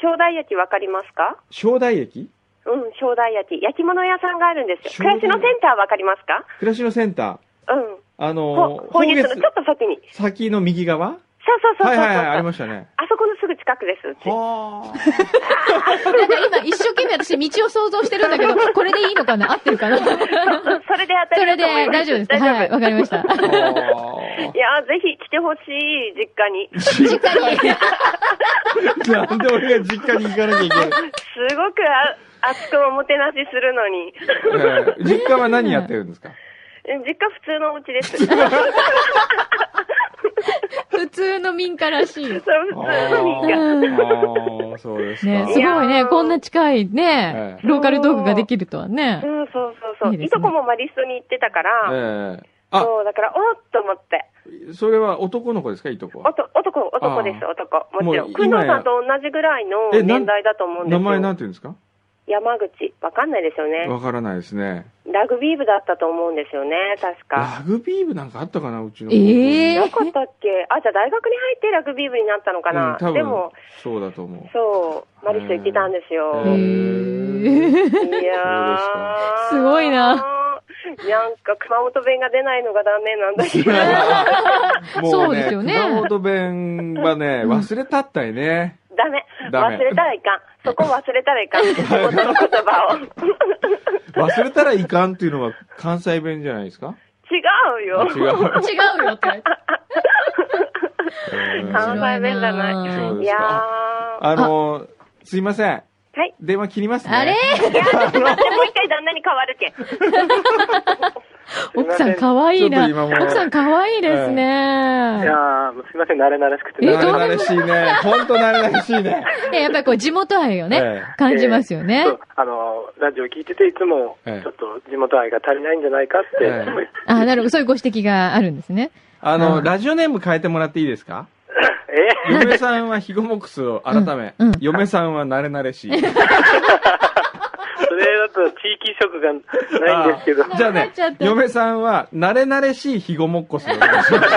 [SPEAKER 4] 正代焼きわかりますか
[SPEAKER 1] 正代駅
[SPEAKER 4] うん、正代焼き。焼き物屋さんがあるんです
[SPEAKER 1] 正
[SPEAKER 4] よ。
[SPEAKER 1] 代
[SPEAKER 4] 暮らしのセンターわかりますか
[SPEAKER 1] 暮らしのセンタ
[SPEAKER 4] うん。
[SPEAKER 1] ー。あのー、
[SPEAKER 4] ほ宝
[SPEAKER 1] 宝
[SPEAKER 4] 月の
[SPEAKER 1] 月
[SPEAKER 4] ちょっと先に。
[SPEAKER 1] 先の右側
[SPEAKER 4] そうそうそうそ
[SPEAKER 1] は
[SPEAKER 4] うそう。
[SPEAKER 1] いはいはい、ありま
[SPEAKER 4] し
[SPEAKER 1] した
[SPEAKER 4] *laughs*
[SPEAKER 1] ね。
[SPEAKER 4] た。あそこのすぐ近くです。うち
[SPEAKER 1] は
[SPEAKER 2] なんか今一生懸命私道を想像してるんだけど、これでいいのかな合ってるか
[SPEAKER 4] *laughs*
[SPEAKER 2] な
[SPEAKER 4] うんそれで当た
[SPEAKER 2] そ
[SPEAKER 4] り
[SPEAKER 2] れで
[SPEAKER 4] だと思います。
[SPEAKER 2] 大丈夫ですか
[SPEAKER 4] 大
[SPEAKER 2] はい、わかりました。
[SPEAKER 1] あ。
[SPEAKER 4] いやー、ぜひ来てほしい、実家に。
[SPEAKER 2] 実家に。
[SPEAKER 1] なんで俺が実家に行かなきゃいけない。
[SPEAKER 4] すごくあ *laughs* 熱くおもてなしするのに。
[SPEAKER 1] えー実家は何やってるんですか *laughs*
[SPEAKER 4] 実家普通のお家です。
[SPEAKER 2] 普通の民家らしい。
[SPEAKER 4] そう、普通に
[SPEAKER 1] あ
[SPEAKER 4] いや
[SPEAKER 1] ーあー、そうですか。
[SPEAKER 2] ね、す
[SPEAKER 4] いや
[SPEAKER 2] ごいね。こんな近いね
[SPEAKER 1] え、
[SPEAKER 2] ローカルトークができるとはね
[SPEAKER 4] う。ん、そうそうそう。
[SPEAKER 2] い
[SPEAKER 4] い
[SPEAKER 2] いですね
[SPEAKER 4] とこもマリストに行ってたから、
[SPEAKER 1] ええあ、
[SPEAKER 4] そう、だから、おっと思って。
[SPEAKER 1] それは男の子ですか、いとこ
[SPEAKER 4] お
[SPEAKER 1] は。
[SPEAKER 4] と男、男です、
[SPEAKER 1] あ
[SPEAKER 4] 男。もちろ。
[SPEAKER 1] もうん
[SPEAKER 4] くん
[SPEAKER 1] 今
[SPEAKER 4] ど
[SPEAKER 1] や
[SPEAKER 4] さんと同じぐらいの
[SPEAKER 1] えなん
[SPEAKER 4] 年代だと思うんで
[SPEAKER 1] 名
[SPEAKER 4] すよ。
[SPEAKER 1] 前なんて言うんですか
[SPEAKER 4] 山口。わかんないですよね。
[SPEAKER 1] わからないですね。
[SPEAKER 4] ラグビー部だったと思うんですよね、確か。
[SPEAKER 1] ラグビー部なんかあったかな、うちの。
[SPEAKER 2] ええ
[SPEAKER 4] なかったっけあ、じゃあ大学に入ってラグビー部になったのかな。
[SPEAKER 1] うん多分
[SPEAKER 4] でも、
[SPEAKER 1] そうだと思う。
[SPEAKER 4] そう、マリスト行ってたんですよ。
[SPEAKER 1] え
[SPEAKER 2] へえ。
[SPEAKER 4] いや
[SPEAKER 2] そうで
[SPEAKER 4] ー
[SPEAKER 2] すかすごいな。
[SPEAKER 4] なんか熊本弁が出ないのがダメなんだけ
[SPEAKER 2] *laughs*
[SPEAKER 4] ど。
[SPEAKER 2] そうですよね
[SPEAKER 1] 熊本弁はね、
[SPEAKER 2] うん
[SPEAKER 1] 忘れたったいね。
[SPEAKER 4] ダメ。
[SPEAKER 1] ダメ
[SPEAKER 4] 忘れたらいかん。そこ忘れたらいかん。熊本の言葉を。
[SPEAKER 1] 忘れたらいかんっていうのは関西弁じゃないですか
[SPEAKER 4] 違う
[SPEAKER 1] あ
[SPEAKER 4] よ。
[SPEAKER 1] 違
[SPEAKER 4] *laughs*
[SPEAKER 1] う。
[SPEAKER 2] 違うよって言われた。
[SPEAKER 1] えー
[SPEAKER 4] 関西弁じゃない
[SPEAKER 2] 面白
[SPEAKER 1] そう
[SPEAKER 2] な
[SPEAKER 1] で
[SPEAKER 4] い
[SPEAKER 1] す
[SPEAKER 4] やー。
[SPEAKER 1] か。
[SPEAKER 4] は
[SPEAKER 1] あのー、すいません。
[SPEAKER 4] い。
[SPEAKER 1] 電話切りますね。
[SPEAKER 2] あれ
[SPEAKER 4] いやー、すいません。もう一回旦那に変わるけん。
[SPEAKER 2] 奥さん可愛いな。
[SPEAKER 1] ちょっと今もう
[SPEAKER 2] 奥さん可愛いですね。
[SPEAKER 3] いやーもうすいません、慣れ慣れしくて。
[SPEAKER 2] え
[SPEAKER 1] 慣
[SPEAKER 2] どうも
[SPEAKER 1] れ慣れしいね。ほんと慣れ慣れしい
[SPEAKER 2] *laughs*
[SPEAKER 1] ね。
[SPEAKER 2] ね、やっぱりこう地元愛をね、
[SPEAKER 1] ええ
[SPEAKER 2] 感じますよね
[SPEAKER 3] そ。うあの、ラジオ聞いてて、いつも、
[SPEAKER 1] ええ
[SPEAKER 3] ちょっと地元愛が足りないんじゃないか *laughs* って、
[SPEAKER 1] え
[SPEAKER 3] 思い
[SPEAKER 2] あ、なるほど。そういうご指摘があるんですね。
[SPEAKER 1] あの、
[SPEAKER 2] うん
[SPEAKER 1] ラジオネーム変えてもらっていいですか
[SPEAKER 3] え
[SPEAKER 1] 嫁さんはヒゴモックスを改め、
[SPEAKER 2] うんうん
[SPEAKER 1] 嫁さんは慣れ慣れ
[SPEAKER 2] *laughs*
[SPEAKER 1] しい。ないんで
[SPEAKER 3] それだと地域色がないんですけど、
[SPEAKER 1] じゃあ
[SPEAKER 2] なくな
[SPEAKER 1] ね
[SPEAKER 2] っちゃっ、た
[SPEAKER 1] 嫁さんは慣れ慣れしいヒゴモックスでお願いし
[SPEAKER 4] *laughs*
[SPEAKER 1] ます。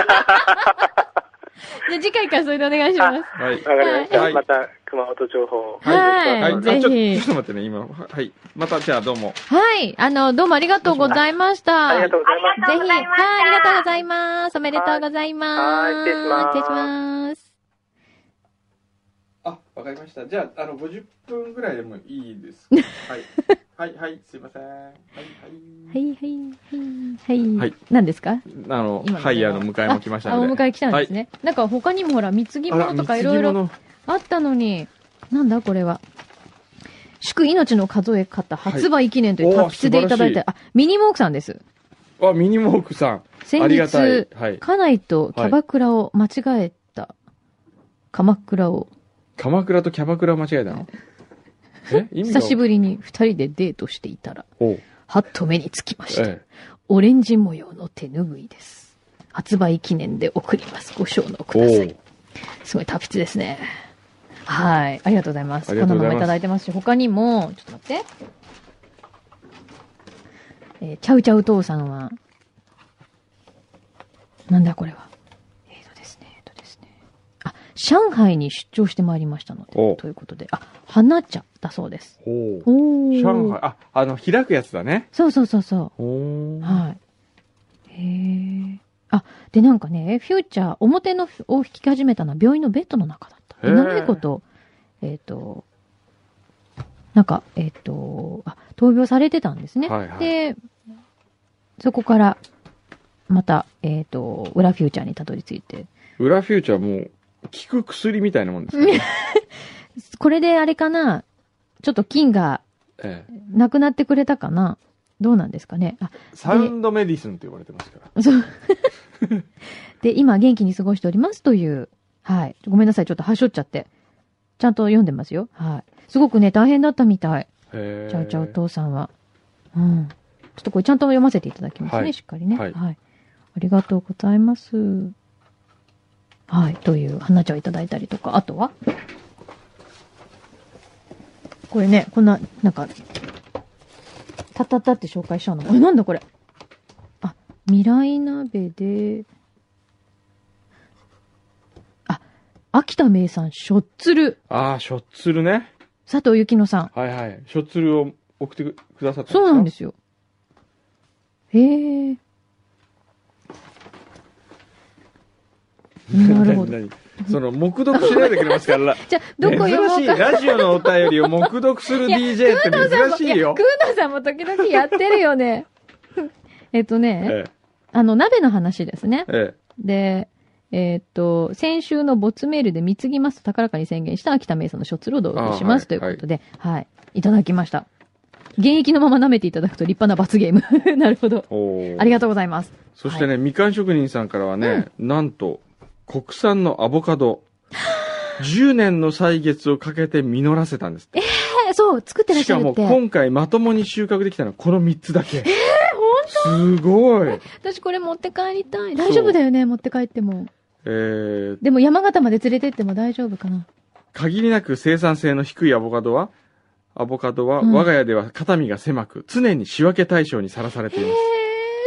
[SPEAKER 2] じゃあ次回からそれでお願いします。
[SPEAKER 1] はい。
[SPEAKER 3] わかりました。
[SPEAKER 1] はい
[SPEAKER 3] また熊本情報を。
[SPEAKER 2] はい
[SPEAKER 1] はい、
[SPEAKER 2] ぜ
[SPEAKER 1] あ
[SPEAKER 2] ひ
[SPEAKER 1] ちょちょっと待ってね、今。はい。また、じゃあどうも。
[SPEAKER 2] はい。あの、どうもありがとうございました。
[SPEAKER 3] ありがとうございます。
[SPEAKER 2] ぜひ、はい、ありがとうござ
[SPEAKER 4] い
[SPEAKER 2] います。おめでとうございます。
[SPEAKER 3] はいはい失礼し
[SPEAKER 2] 失礼します。
[SPEAKER 1] あ、わかりました。じゃあ、あの、50分ぐらいでもいい
[SPEAKER 2] *laughs*
[SPEAKER 1] ですかはい。はい、はい、すいません。はい、
[SPEAKER 2] は
[SPEAKER 1] はい。
[SPEAKER 2] い、はい、はい、
[SPEAKER 1] は
[SPEAKER 2] はいい。何ですか
[SPEAKER 1] あの、
[SPEAKER 2] 今の
[SPEAKER 1] ハイヤーの迎えも来ました
[SPEAKER 2] あ、
[SPEAKER 1] の
[SPEAKER 2] お
[SPEAKER 1] で。
[SPEAKER 2] 迎え来たんですね。なんか他にもほら、貢ぎ
[SPEAKER 1] あら、
[SPEAKER 2] 物とかいろいろ
[SPEAKER 1] 貢
[SPEAKER 2] あったのに、なんだこれは。祝命の数え方発売記念という達筆でいただい
[SPEAKER 1] お
[SPEAKER 2] て、
[SPEAKER 1] ー素晴らしい
[SPEAKER 2] あ、ミニモークさんです。
[SPEAKER 1] ぎ物のあ、ミニモークさん。
[SPEAKER 2] 先
[SPEAKER 1] ありがたい
[SPEAKER 2] 日。、
[SPEAKER 1] はい。
[SPEAKER 2] 家内とキャバクラを間違えた。鎌倉を
[SPEAKER 1] 鎌倉とキャバクラ間違えたのえ意味が
[SPEAKER 2] 久しぶりに二人でデートしていたら、
[SPEAKER 1] おう
[SPEAKER 2] はっと目につきました。
[SPEAKER 1] え
[SPEAKER 2] オレンジ模様の手ぬぐいです。発売記念で送ります。ご賞の
[SPEAKER 1] え。
[SPEAKER 2] くださ
[SPEAKER 1] お
[SPEAKER 2] い。
[SPEAKER 1] う
[SPEAKER 2] すごい達筆ですね。はい。ありがとうございます。
[SPEAKER 1] あり
[SPEAKER 2] こ
[SPEAKER 1] が
[SPEAKER 2] ん
[SPEAKER 1] と
[SPEAKER 2] な
[SPEAKER 1] うございます
[SPEAKER 2] のもいただいてますし、他にも、ちょっと待って。えーちゃうちゃう父さんは、なんだこれは。えーとですね、えーとですね。あ、上海に出張してまいりましたの
[SPEAKER 1] お
[SPEAKER 2] で、ということで、あ、花茶だそうです。
[SPEAKER 1] おう。
[SPEAKER 2] おー
[SPEAKER 1] 上海、あ、あの、開くやつだね。
[SPEAKER 2] そうそうそうそう。
[SPEAKER 1] おー
[SPEAKER 2] はい。へえ。あ、で、なんかね、フューチャー、表のを引き始めたのは病院のベッドの中だった。
[SPEAKER 1] へ
[SPEAKER 2] で
[SPEAKER 1] え
[SPEAKER 2] 長いこと、えっ、と、なんか、えっ、と、あ、闘病されてたんですね。
[SPEAKER 1] はいはい
[SPEAKER 2] で、そこから、また、えっ、と、裏フューチャーにたどり着いて。
[SPEAKER 1] 裏フューチャーもう、効く薬みたいなもんですか
[SPEAKER 2] *laughs*
[SPEAKER 1] ね。
[SPEAKER 2] これであれかな、ちょっと菌が
[SPEAKER 1] ええ。
[SPEAKER 2] なくなってくれたかなどうなんですかね。あ、
[SPEAKER 1] サウンドメディスンって呼ばれてますから。
[SPEAKER 2] そう。 *laughs* で、今元気に過ごしておりますという、はい。ごめんなさい、ちょっとはしょっちゃって。ちゃんと読んでますよ。はい。すごくね、大変だったみたい。
[SPEAKER 1] へえ
[SPEAKER 2] ちゃうちゃうお父さんは。うん。ちょっとこれちゃんと読ませていただきますね、
[SPEAKER 1] はい
[SPEAKER 2] しっかりね、
[SPEAKER 1] は
[SPEAKER 2] はいい。ありがとうございます。はい。という話をいただいたりとか、あとはこれね、こんな、なんか、たったったって紹介しちゃうの。これなんだこれ。あ、未来鍋で、あ、秋田名産、しょっつる。
[SPEAKER 1] ああ、しょっつるね。
[SPEAKER 2] 佐藤幸乃さん。
[SPEAKER 1] はいはい。しょっつるを送ってくくださった
[SPEAKER 2] そうなんですすよ。へえ。
[SPEAKER 1] か。
[SPEAKER 2] なる
[SPEAKER 1] *laughs*
[SPEAKER 2] ほど
[SPEAKER 1] 何何その、黙読しないでくれますから。
[SPEAKER 2] じゃあ、 *laughs* どこ読も
[SPEAKER 1] 珍
[SPEAKER 2] う
[SPEAKER 1] しい。
[SPEAKER 2] か。
[SPEAKER 1] ラジオのお便りを黙読する DJ って珍しいよ
[SPEAKER 2] ク。ーノさんも時々 *laughs* やってるよ
[SPEAKER 1] *laughs*
[SPEAKER 2] ね。えっとね、
[SPEAKER 1] え
[SPEAKER 2] あの、鍋の話ですね。
[SPEAKER 1] え、え
[SPEAKER 2] で、えーっと、先週のボツメールで貢ぎますと高らかに宣言した秋田名産のショッツルを同封します
[SPEAKER 1] あ
[SPEAKER 2] とい
[SPEAKER 1] ー
[SPEAKER 2] う
[SPEAKER 1] はい
[SPEAKER 2] ことで、はい、い、ただきました。現役のまま舐めていただくと立派な罰ゲーム。 *laughs* なるほど
[SPEAKER 1] え。。お
[SPEAKER 2] ありが
[SPEAKER 1] と
[SPEAKER 2] とうございます。
[SPEAKER 1] う。そしてね、みかん職人さんからはね、なんと、国産のアボカド。10年の歳月をかけて実らせたんですって。
[SPEAKER 2] え、そう、作ってらっ
[SPEAKER 1] し
[SPEAKER 2] しゃ
[SPEAKER 1] か
[SPEAKER 2] る
[SPEAKER 1] も
[SPEAKER 2] って。え、本
[SPEAKER 1] 今回まともに収穫できたのはこの3つだけ。えすごい。
[SPEAKER 2] 当私これ持って帰りたい。大丈夫だよね、持って帰っても。
[SPEAKER 1] えー、
[SPEAKER 2] でも山形まで連れてっても大丈夫かな。
[SPEAKER 1] 限りなく生産性の低いアボカドは、アボカドは
[SPEAKER 2] うん
[SPEAKER 1] 我が家では肩身が狭く、常に仕分け対象にさらされていま
[SPEAKER 2] え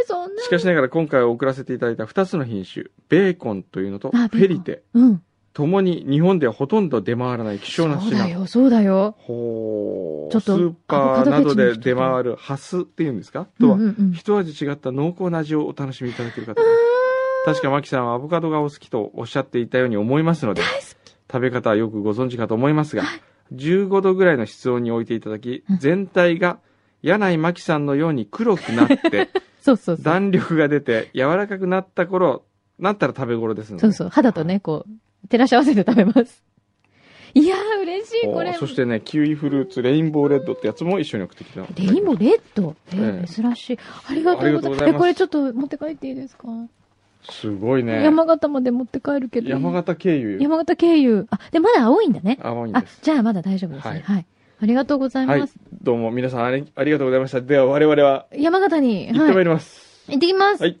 [SPEAKER 1] す。
[SPEAKER 2] ー、そんな
[SPEAKER 1] し。かしながら今回送らせていただいた2つの品種、ベーコンというのと
[SPEAKER 2] あベーコン
[SPEAKER 1] ペリテ、
[SPEAKER 2] うん。
[SPEAKER 1] ともに日本ではほとんど出回らない希
[SPEAKER 2] そ
[SPEAKER 1] 少な
[SPEAKER 2] うだ
[SPEAKER 1] 品。
[SPEAKER 2] よ、そうだよ。
[SPEAKER 1] ほ
[SPEAKER 2] ち
[SPEAKER 1] ー
[SPEAKER 2] ょっ
[SPEAKER 1] ス
[SPEAKER 2] と
[SPEAKER 1] ーパーなどで出
[SPEAKER 2] アボカ
[SPEAKER 1] 回るハスっていうんですか
[SPEAKER 2] うん
[SPEAKER 1] とは
[SPEAKER 2] うんうん。
[SPEAKER 1] 一味違った濃厚な味をお楽しみいただけるかと思います。確かマキさんはアボカドがお好きとおっしゃっていたように思いますので、食べ方はよくご存知かと思いますが、15度ぐらいの室温に置いていただき
[SPEAKER 2] うん、
[SPEAKER 1] 全体が柳井マキさんのように黒くなっ
[SPEAKER 2] *laughs*
[SPEAKER 1] て、
[SPEAKER 2] そうそうそう。
[SPEAKER 1] 弾力が出て柔らかくなった頃、なったら食べ頃ですので。
[SPEAKER 2] そうそう。肌とね、こう、照らし合わせて食べます。いやー、嬉しい、
[SPEAKER 1] お
[SPEAKER 2] これ。
[SPEAKER 1] そしてね、キウイフルーツレインボーレッドってやつも一緒に送ってきた。
[SPEAKER 2] レインボーレッド。えー
[SPEAKER 1] ええ
[SPEAKER 2] 珍しい。ありがと
[SPEAKER 1] あ
[SPEAKER 2] うござい
[SPEAKER 1] りがとう
[SPEAKER 2] ま
[SPEAKER 1] ご
[SPEAKER 2] す。
[SPEAKER 1] ざい
[SPEAKER 2] え、
[SPEAKER 1] ます
[SPEAKER 2] これちょっと持って帰っていいですか、
[SPEAKER 1] すごいね。
[SPEAKER 2] 山形まで持って帰るけど。
[SPEAKER 1] 山形経由。
[SPEAKER 2] 山形経由。あ、で、まだ青いんだね。
[SPEAKER 1] 青いん
[SPEAKER 2] あ
[SPEAKER 1] です。、
[SPEAKER 2] じゃあまだ大丈夫ですね。
[SPEAKER 1] はい
[SPEAKER 2] はい。ありがとうござい
[SPEAKER 1] は
[SPEAKER 2] ま
[SPEAKER 1] い
[SPEAKER 2] す。。
[SPEAKER 1] どうも皆さんありありがとうございました。では我々は
[SPEAKER 2] 山形に、
[SPEAKER 1] 行って
[SPEAKER 2] は
[SPEAKER 1] まい
[SPEAKER 2] い。
[SPEAKER 1] ります。
[SPEAKER 2] 行ってきます。
[SPEAKER 1] はい